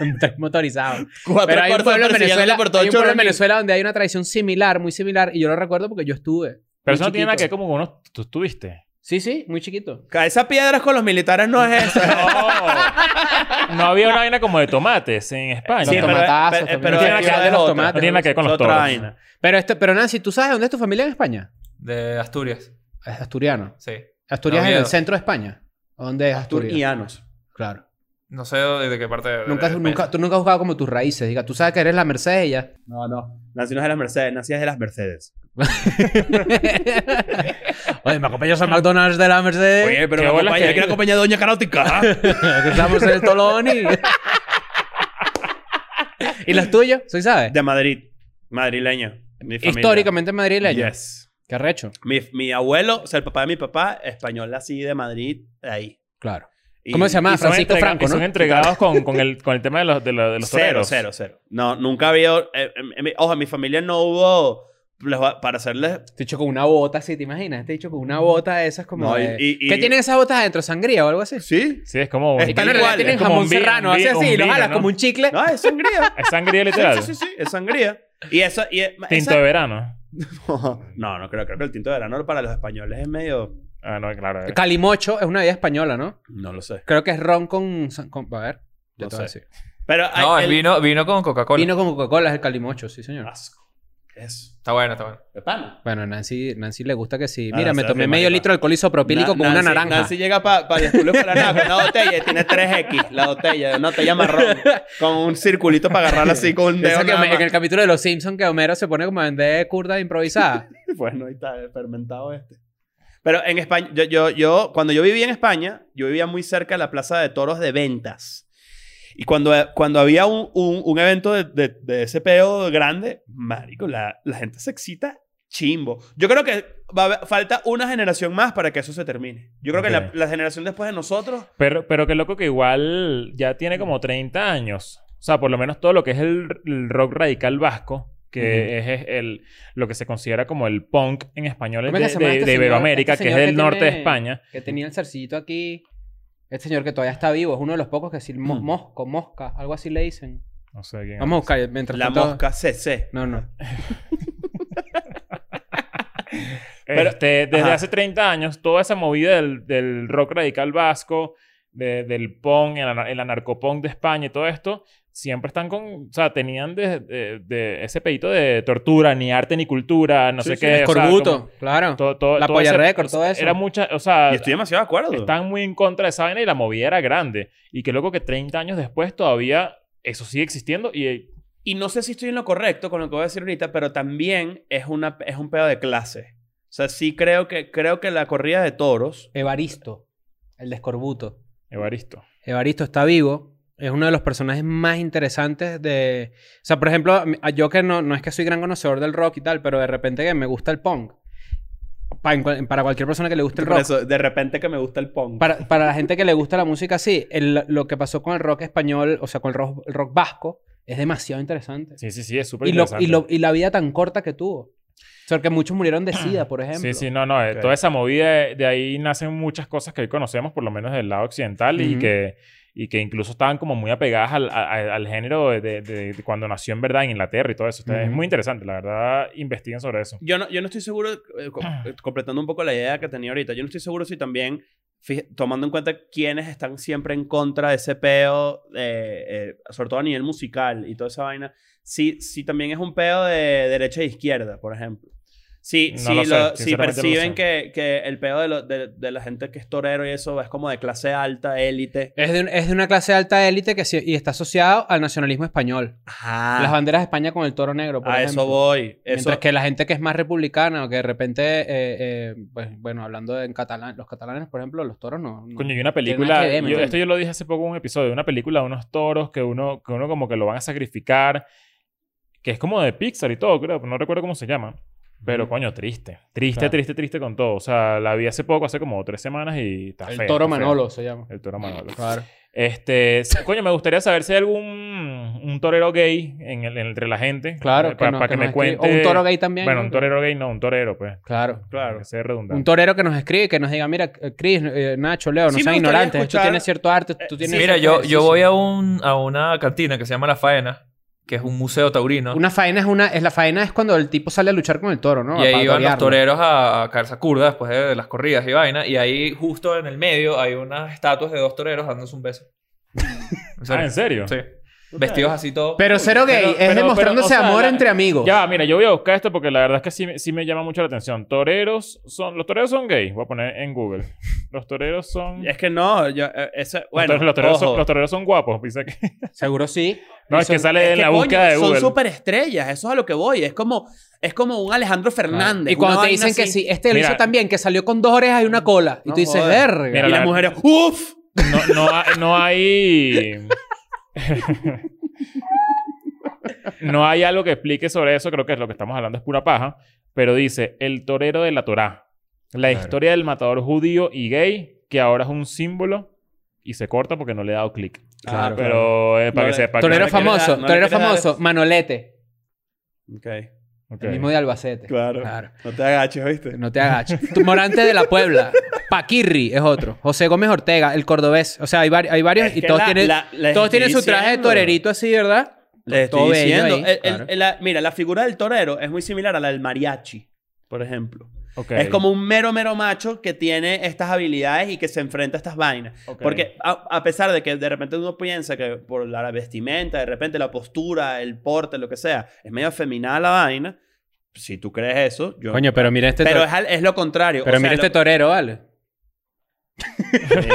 S4: Estoy motorizado.
S3: Cuatro
S4: Pero hay un
S3: cuartos
S4: pueblo en
S3: persiguiendo
S4: Venezuela,
S3: por todo
S4: hay un pueblo en
S3: Choroní.
S4: Venezuela donde hay una tradición similar, muy similar, y yo lo recuerdo porque yo estuve.
S2: Pero
S4: muy
S2: eso no tiene nada que ver
S4: chiquito.
S2: como uno. Tú estuviste.
S4: Sí, sí, muy chiquito.
S3: Ca- Esas piedras con los militares no es eso.
S2: No. No había una vaina como de tomates en España.
S4: Sí,
S2: ¿no?
S4: pero- tomatazos también. No tiene
S3: eso
S4: nada que ver con
S3: es
S4: los
S3: otra.
S4: tomates.
S2: No tiene nada que ver con
S3: Es
S2: los
S3: otra
S2: toros.
S3: vaina.
S4: Pero, esto, pero Nancy, ¿tú sabes dónde es tu familia en España?
S5: De Asturias.
S4: Es asturiano.
S5: Sí.
S4: Asturias
S5: No,
S4: es en el
S5: miedo.
S4: centro de España. ¿Dónde es Asturias?
S3: Asturianos.
S4: Claro.
S5: No sé de de qué parte. de-
S4: Nunca,
S5: de España.
S4: nunca, tú nunca has jugado como tus raíces. Diga, tú sabes que eres la Mercedes y ya.
S3: No, no. Nací no es de las Mercedes, nací es de las Mercedes.
S4: Oye, me acompañas al McDonald's de la Mercedes.
S2: Qué bolas
S3: me acompaña-
S2: que-
S3: yo quiero acompañar a Doña Carótica. ¿ah?
S4: que estamos en el Tolón y... ¿Y los tuyos? ¿Sí sabes?
S3: De Madrid. Madrileño. Mi familia.
S4: Históricamente madrileño.
S3: Yes.
S4: Qué recho.
S3: Mi, mi abuelo, o sea, el papá de mi papá, español así de Madrid, de ahí.
S4: Claro.
S3: Y-
S4: ¿Cómo se llama?
S2: Y son
S4: Francisco
S2: entrega-
S4: Franco,
S2: y son
S4: ¿no?
S2: entregados con, con el, con el tema de los, de los, de los
S3: Cero,
S2: toreros.
S3: cero, cero. No, nunca había... eh, en- en mi- ojo, en mi familia no hubo... les voy a- Para hacerles...
S4: Te Este dicho con una bota así, ¿te imaginas? Te dicho con una bota de esas como
S3: No, y-
S4: de-
S3: y- y-
S4: ¿Qué tienen esas botas adentro? ¿Sangría o algo así?
S3: ¿Sí?
S2: Sí, es como...
S3: Es
S2: es
S4: Están en
S3: igual,
S4: realidad tienen
S2: como
S4: jamón
S2: un vi-
S4: serrano,
S2: un
S4: así
S2: vi-
S4: así,
S2: un
S4: lo
S2: vino,
S4: jalas
S2: ¿no?
S4: como un chicle.
S3: No, es sangría.
S2: Es sangría
S3: sí,
S2: literal.
S3: sí, sí, sí, es sangría. Y eso... Y, esa-
S2: Tinto de verano.
S3: no, no creo. Creo que el tinto de verano para los españoles es medio...
S2: Ah, no, claro. eh.
S4: Calimocho es una vida española, ¿no?
S3: No lo sé.
S4: Creo que es ron con... con- a ver.
S3: No
S4: yo te voy a
S3: sé.
S4: decir.
S3: Pero...
S5: No,
S3: hay-
S5: es vino, vino con Coca-Cola.
S4: Vino con Coca-Cola es el calimocho, sí, señor.
S3: Asco. ¿Qué es?
S5: Está bueno, está bueno.
S3: ¿De pana?
S4: Bueno, Nancy, Nancy le gusta que sí.
S3: Ah,
S4: Mira, me
S3: se
S4: tomé
S3: hace
S4: medio
S3: marica.
S4: litro de alcohol isopropílico
S3: Na-
S4: con una
S3: Nancy-
S4: naranja.
S3: Nancy llega para pa el culo con la naranja, una botella y tiene 3X, la botella, una botella marrón, con un circulito para agarrarla así con un
S4: De
S3: dedo.
S4: esa que
S3: nada
S4: Homer- en el
S3: más.
S4: capítulo de Los Simpsons que Homero se pone como a vender curdas improvisadas.
S3: Bueno, ahí está, el fermentado este. Pero en España, yo, yo, yo, cuando yo vivía en España, yo vivía muy cerca de la plaza de toros de ventas. Y cuando, cuando había un, un, un evento de, de, de ese peo grande, marico, la, la gente se excita chimbo. Yo creo que va a haber- falta una generación más para que eso se termine. Yo creo que la-
S2: Ok.
S3: la generación después de nosotros
S2: Pero, pero qué loco que igual ya tiene como 30 años. O sea, por lo menos todo lo que es el, el rock radical vasco, que es, es el, lo que se considera como el punk en español
S4: ¿Cómo
S2: de,
S4: es que se llama
S2: de-
S4: este
S2: de
S4: señor-
S2: Iberoamérica,
S4: este
S2: que es
S4: señor
S2: del
S4: que
S2: norte de
S4: tiene-
S2: España.
S4: que tenía el zarcillito aquí. Este señor que todavía está vivo. Es uno de los pocos que sí. mo-
S3: Mm.
S4: Mosco, mosca. Algo así le dicen.
S2: No sé quién.
S4: Vamos a buscar mientras
S3: La
S4: tanto-
S3: mosca Eh, CC.
S4: No, no.
S3: Pero-
S2: Este, desde
S3: ajá.
S2: hace 30 años, toda esa movida del, del rock radical vasco, de- del punk, el, anar- el anarcopunk de España y todo esto, siempre están con... O sea, tenían de, de- de ese pedito de tortura, ni arte ni cultura, no
S3: Sí,
S2: sé
S3: sí,
S2: qué. o sea,
S4: Escorbuto,
S2: como
S4: claro.
S2: todo- todo-
S4: La
S2: todo
S4: Polla
S2: ese-
S4: Record, todo eso.
S2: Era mucha... O sea,
S3: Y estoy demasiado de acuerdo.
S2: estaban muy en contra de esa vaina y la movida era grande. Y qué loco que 30 años después todavía eso sigue existiendo y eh,
S3: Y no sé si estoy en lo correcto con lo que voy a decir ahorita, pero también es, una, es un pedo de clase. O sea, sí creo que, creo que la corrida de toros...
S4: Evaristo, el de Escorbuto.
S2: Evaristo.
S4: Evaristo está vivo. Es uno de los personajes más interesantes de... O sea, por ejemplo, a mí- a- yo que no, no es que soy gran conocedor del rock y tal, pero de repente que me gusta el punk. Pa- en cual- para cualquier persona que le guste el
S3: Por
S4: rock.
S3: eso, de repente que me gusta el punk.
S4: Para, para la gente que le gusta la música así, el- lo que pasó con el rock español, o sea, con el rock, el rock vasco, es demasiado interesante.
S2: Sí, sí, sí, es súper
S4: y, lo,
S2: interesante.
S4: y, lo- y la vida tan corta que tuvo. O sea, que muchos murieron de sida, por ejemplo.
S2: Sí, sí, no, no. eh,
S3: Ok.
S2: Toda esa movida, de, de ahí nacen muchas cosas que hoy conocemos, por lo menos del lado occidental, y,
S4: Ujú.
S2: que, y que incluso estaban como muy apegadas al, a- a- al género de, de- de- de cuando nació en verdad en Inglaterra y todo eso. Está- Es
S4: Ujú.
S2: muy interesante, la verdad, investiguen sobre eso.
S3: Yo no, yo no estoy seguro, eh, co-
S2: Ah.
S3: eh, completando un poco la idea que tenía ahorita, yo no estoy seguro si también, fij- tomando en cuenta quiénes están siempre en contra de ese peo, eh, eh, sobre todo a nivel musical y toda esa vaina, si, si también es un peo de derecha e izquierda, por ejemplo. Si,
S2: No
S3: si,
S2: lo sé,
S3: lo- si
S2: sinceramente no lo
S3: perciben
S2: sé.
S3: que, que el peo de, lo- de- de la gente que es torero y eso es como de clase alta, élite.
S4: Es, de, un- es de una clase alta élite que sí- y está asociado al nacionalismo español. Las
S3: Ajá.
S4: banderas de España con el toro negro, por
S3: Ah. A
S4: ejemplo.
S3: eso voy. Eso,
S4: Mientras que la gente que es más republicana o que de repente, eh, eh, pues, bueno, hablando de en catalán, los catalanes, por ejemplo, los toros no. no-
S2: Coño, y
S4: tiene
S2: una película,
S4: Mm, nada que ver, ¿me
S2: yo-
S4: entiendes?
S2: esto yo lo dije hace poco en un episodio, una película de unos toros que uno, que uno como que lo van a sacrificar, que es como de Pixar y todo, creo, no recuerdo cómo se llama. Pero, coño, triste. Triste,
S4: Claro.
S2: triste, triste con todo. O sea, la vi hace poco, hace como tres semanas y está
S4: el
S2: fea,
S4: toro
S2: está fea.
S4: Manolo se llama.
S2: El toro Manolo.
S4: Claro.
S2: Este, s- coño, me gustaría saber si hay algún un torero gay en el- entre la gente.
S4: Claro,
S2: Eh, para que,
S4: no-
S2: me
S4: nos escribe-
S2: cuente.
S4: O un toro gay también.
S2: Bueno,
S4: ¿no?
S2: un torero gay no, un torero, pues.
S4: Claro.
S2: Para
S3: claro.
S2: Que sea redundante.
S4: Un torero que nos escribe, que nos diga, mira, eh, Chris, eh, Nacho, Leo, no
S3: Sí, me
S4: sean
S3: gustaría
S4: ignorantes.
S3: escuchar-
S4: Tú tienes cierto arte,
S2: Eh,
S4: tú tienes...
S5: Mira,
S4: cierto
S5: yo, yo
S4: ejercicio".
S5: voy a, un, a una cantina que se llama La Faena, que es un museo taurino.
S4: Una faena es una... Es, la faena es cuando el tipo sale a luchar con el toro, ¿no?
S5: y ahí
S4: Para
S5: iban los
S4: torearlo.
S5: toreros a, a caerse a curda después de, de las corridas y vaina. Y ahí, justo en el medio, hay unas estatuas de dos toreros dándose un beso. En
S2: Ah, ¿en
S5: serio.
S2: serio?
S5: Sí. Vestidos así todos.
S4: Pero cero gay
S2: Pero-
S4: es
S2: pero-
S4: demostrándose
S2: pero, o sea,
S4: amor
S2: la-
S4: entre amigos.
S2: Ya, mira, yo voy a buscar esto porque la verdad es que sí, me- sí me llama mucho la atención. Toreros son. Los toreros son gays. Voy a poner en Google. Los toreros son.
S3: Es que no, yo, eh, eso, bueno,
S2: los, toreros son
S3: ojo.
S2: los toreros son guapos. Dice que.
S4: Seguro sí.
S2: No, es que sale en la
S3: coño,
S2: búsqueda de Google.
S3: Son superestrellas, eso es a lo que voy. Es como, es como un Alejandro Fernández.
S4: Y cuando te
S3: una vaina
S4: dicen que
S3: así.
S4: sí, este lo
S2: Mira.
S4: hizo también, que salió con dos orejas y una cola. Y
S3: No
S4: tú dices,
S3: jodas.
S4: verga.
S2: Mira,
S3: y
S2: la-
S3: las mujeres, ¡uf!
S2: No, no, ha- no hay. no hay algo que explique sobre eso. Creo que lo que estamos hablando es pura paja. Pero dice: El torero de la Torá. La historia del matador judío y gay, que ahora es un símbolo. Y se corta porque no le he dado clic.
S4: Claro.
S2: Pero eh, para
S3: No
S2: que
S3: le-
S2: sepa. que-
S4: torero
S3: le quieres
S4: famoso,
S3: dar- no le
S4: torero
S3: quieres dar-
S4: famoso, Manolete,
S3: Ok,
S2: Ok.
S4: el mismo de Albacete.
S3: claro.
S4: Claro.
S3: No te agaches, ¿viste?
S4: No te agaches. Tu Morante de la Puebla. Paquirri es otro. José Gómez Ortega, el cordobés. O sea, hay, vari- hay varios
S3: Es
S4: y
S3: que
S4: todos
S3: la-
S4: tienen,
S3: la- les
S4: todos
S3: estoy
S4: tienen su traje de
S3: diciendo.
S4: torerito así, ¿verdad?
S3: Le estoy
S4: Todo bello
S3: diciendo.
S4: ahí,
S3: el- el-
S4: claro.
S3: el- la- mira, la figura del torero es muy similar a la del mariachi, por ejemplo.
S2: Ok.
S3: Es como un mero, mero macho que tiene estas habilidades y que se enfrenta a estas vainas.
S2: Ok.
S3: Porque a, a pesar de que de repente uno piensa que por la vestimenta, de repente la postura, el porte, lo que sea, es medio afeminada la vaina, si tú crees eso, yo...
S4: Coño, pero mira este,
S3: pero
S4: tor-
S3: es, al- es lo contrario.
S4: pero
S3: O sea,
S4: mira
S3: lo-
S4: este torero, ¿vale?
S3: Sí.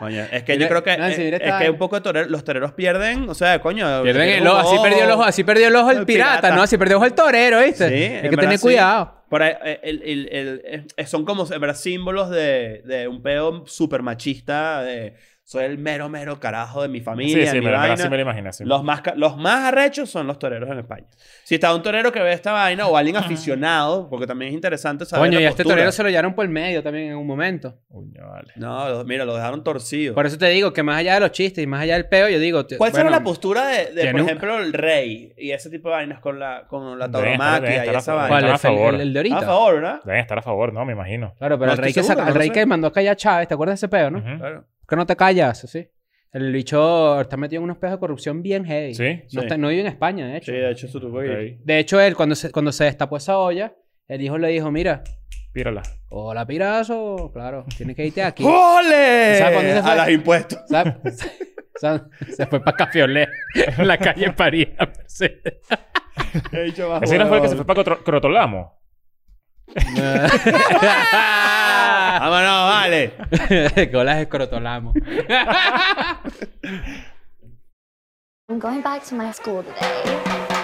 S3: Coño, es que
S4: Mira,
S3: yo creo que
S4: Nancy, mira
S3: es,
S4: esta
S3: es que
S4: vaina.
S3: un poco de torero- los toreros pierden, o sea, coño,
S4: Pierden
S3: pierden
S4: el ojo, así perdió el ojo, así perdió el ojo el,
S3: Oh. El
S4: pirata,
S3: pirata.
S4: ¿no? Así perdió el ojo el torero, ¿viste?
S3: Sí, en
S4: Hay que
S3: verdad
S4: tener
S3: sí.
S4: cuidado.
S3: Por ahí, eh, el- el- el- eh, eh, son como en verdad, símbolos de, de un peo súper machista, de soy el mero, mero carajo de mi
S2: Sí,
S3: familia,
S2: sí,
S3: mi
S2: me, me-
S3: vaina.
S2: sí me lo imagino. sí.
S3: Los más, ca- los más arrechos son los toreros en España. Si está un torero que ve esta vaina o alguien aficionado, porque también es interesante saber.
S4: Ah. Coño,
S3: la
S4: y a este
S3: postura.
S4: torero se lo llevaron por el medio también en un momento.
S2: Coño, vale.
S3: No, lo- mira, lo dejaron torcido.
S4: Por eso te digo que más allá de los chistes y más allá del peo, yo digo. te-
S3: ¿Cuál será
S4: bueno,
S3: la postura de, de, por
S4: tiene un-
S3: ejemplo, el rey y ese tipo de vainas con la, con la
S2: Deben estar- deben
S3: tauromaquia y
S2: estar a
S3: esa
S2: favor.
S4: ¿Cuál
S3: vaina?
S2: Están a
S4: es el,
S2: favor.
S4: el- el de
S3: A
S4: ahorita?
S3: favor, ¿verdad?
S2: Deben estar a favor, ¿no? Me imagino.
S4: Claro, pero
S3: No,
S4: el rey,
S3: estoy
S4: que,
S3: seguro,
S4: saca- el
S3: no
S4: rey
S3: sé.
S4: que mandó a callar a Chávez, ¿te acuerdas de ese peo, no?
S2: Ujú.
S3: Claro.
S4: Que no te callas, sí. El bicho está metido en unos peos de corrupción bien heavy.
S2: Sí.
S4: No,
S3: Sí.
S4: está- no vive en España, de hecho.
S3: Sí, de hecho, eso tuvo que ir.
S2: Ok.
S4: De hecho, él, cuando se, cuando se destapó esa olla, el hijo le dijo: Mira,
S2: Pírala.
S4: hola, pirazo. Claro, tienes que irte de aquí.
S3: ¡Ole!
S4: ¿Sabes cuándo se fue?
S3: A los impuestos.
S4: ¿Sabes? ¿Sabes? Se fue para Cafiolé, en la calle París. a Mercedes.
S3: He dicho más
S2: Ese no fue el que se
S3: huevón.
S2: fue para Crotolamo.
S3: Vámonos, Ah, vale.
S4: que las escrotolamos.
S1: I'm going back to my school today.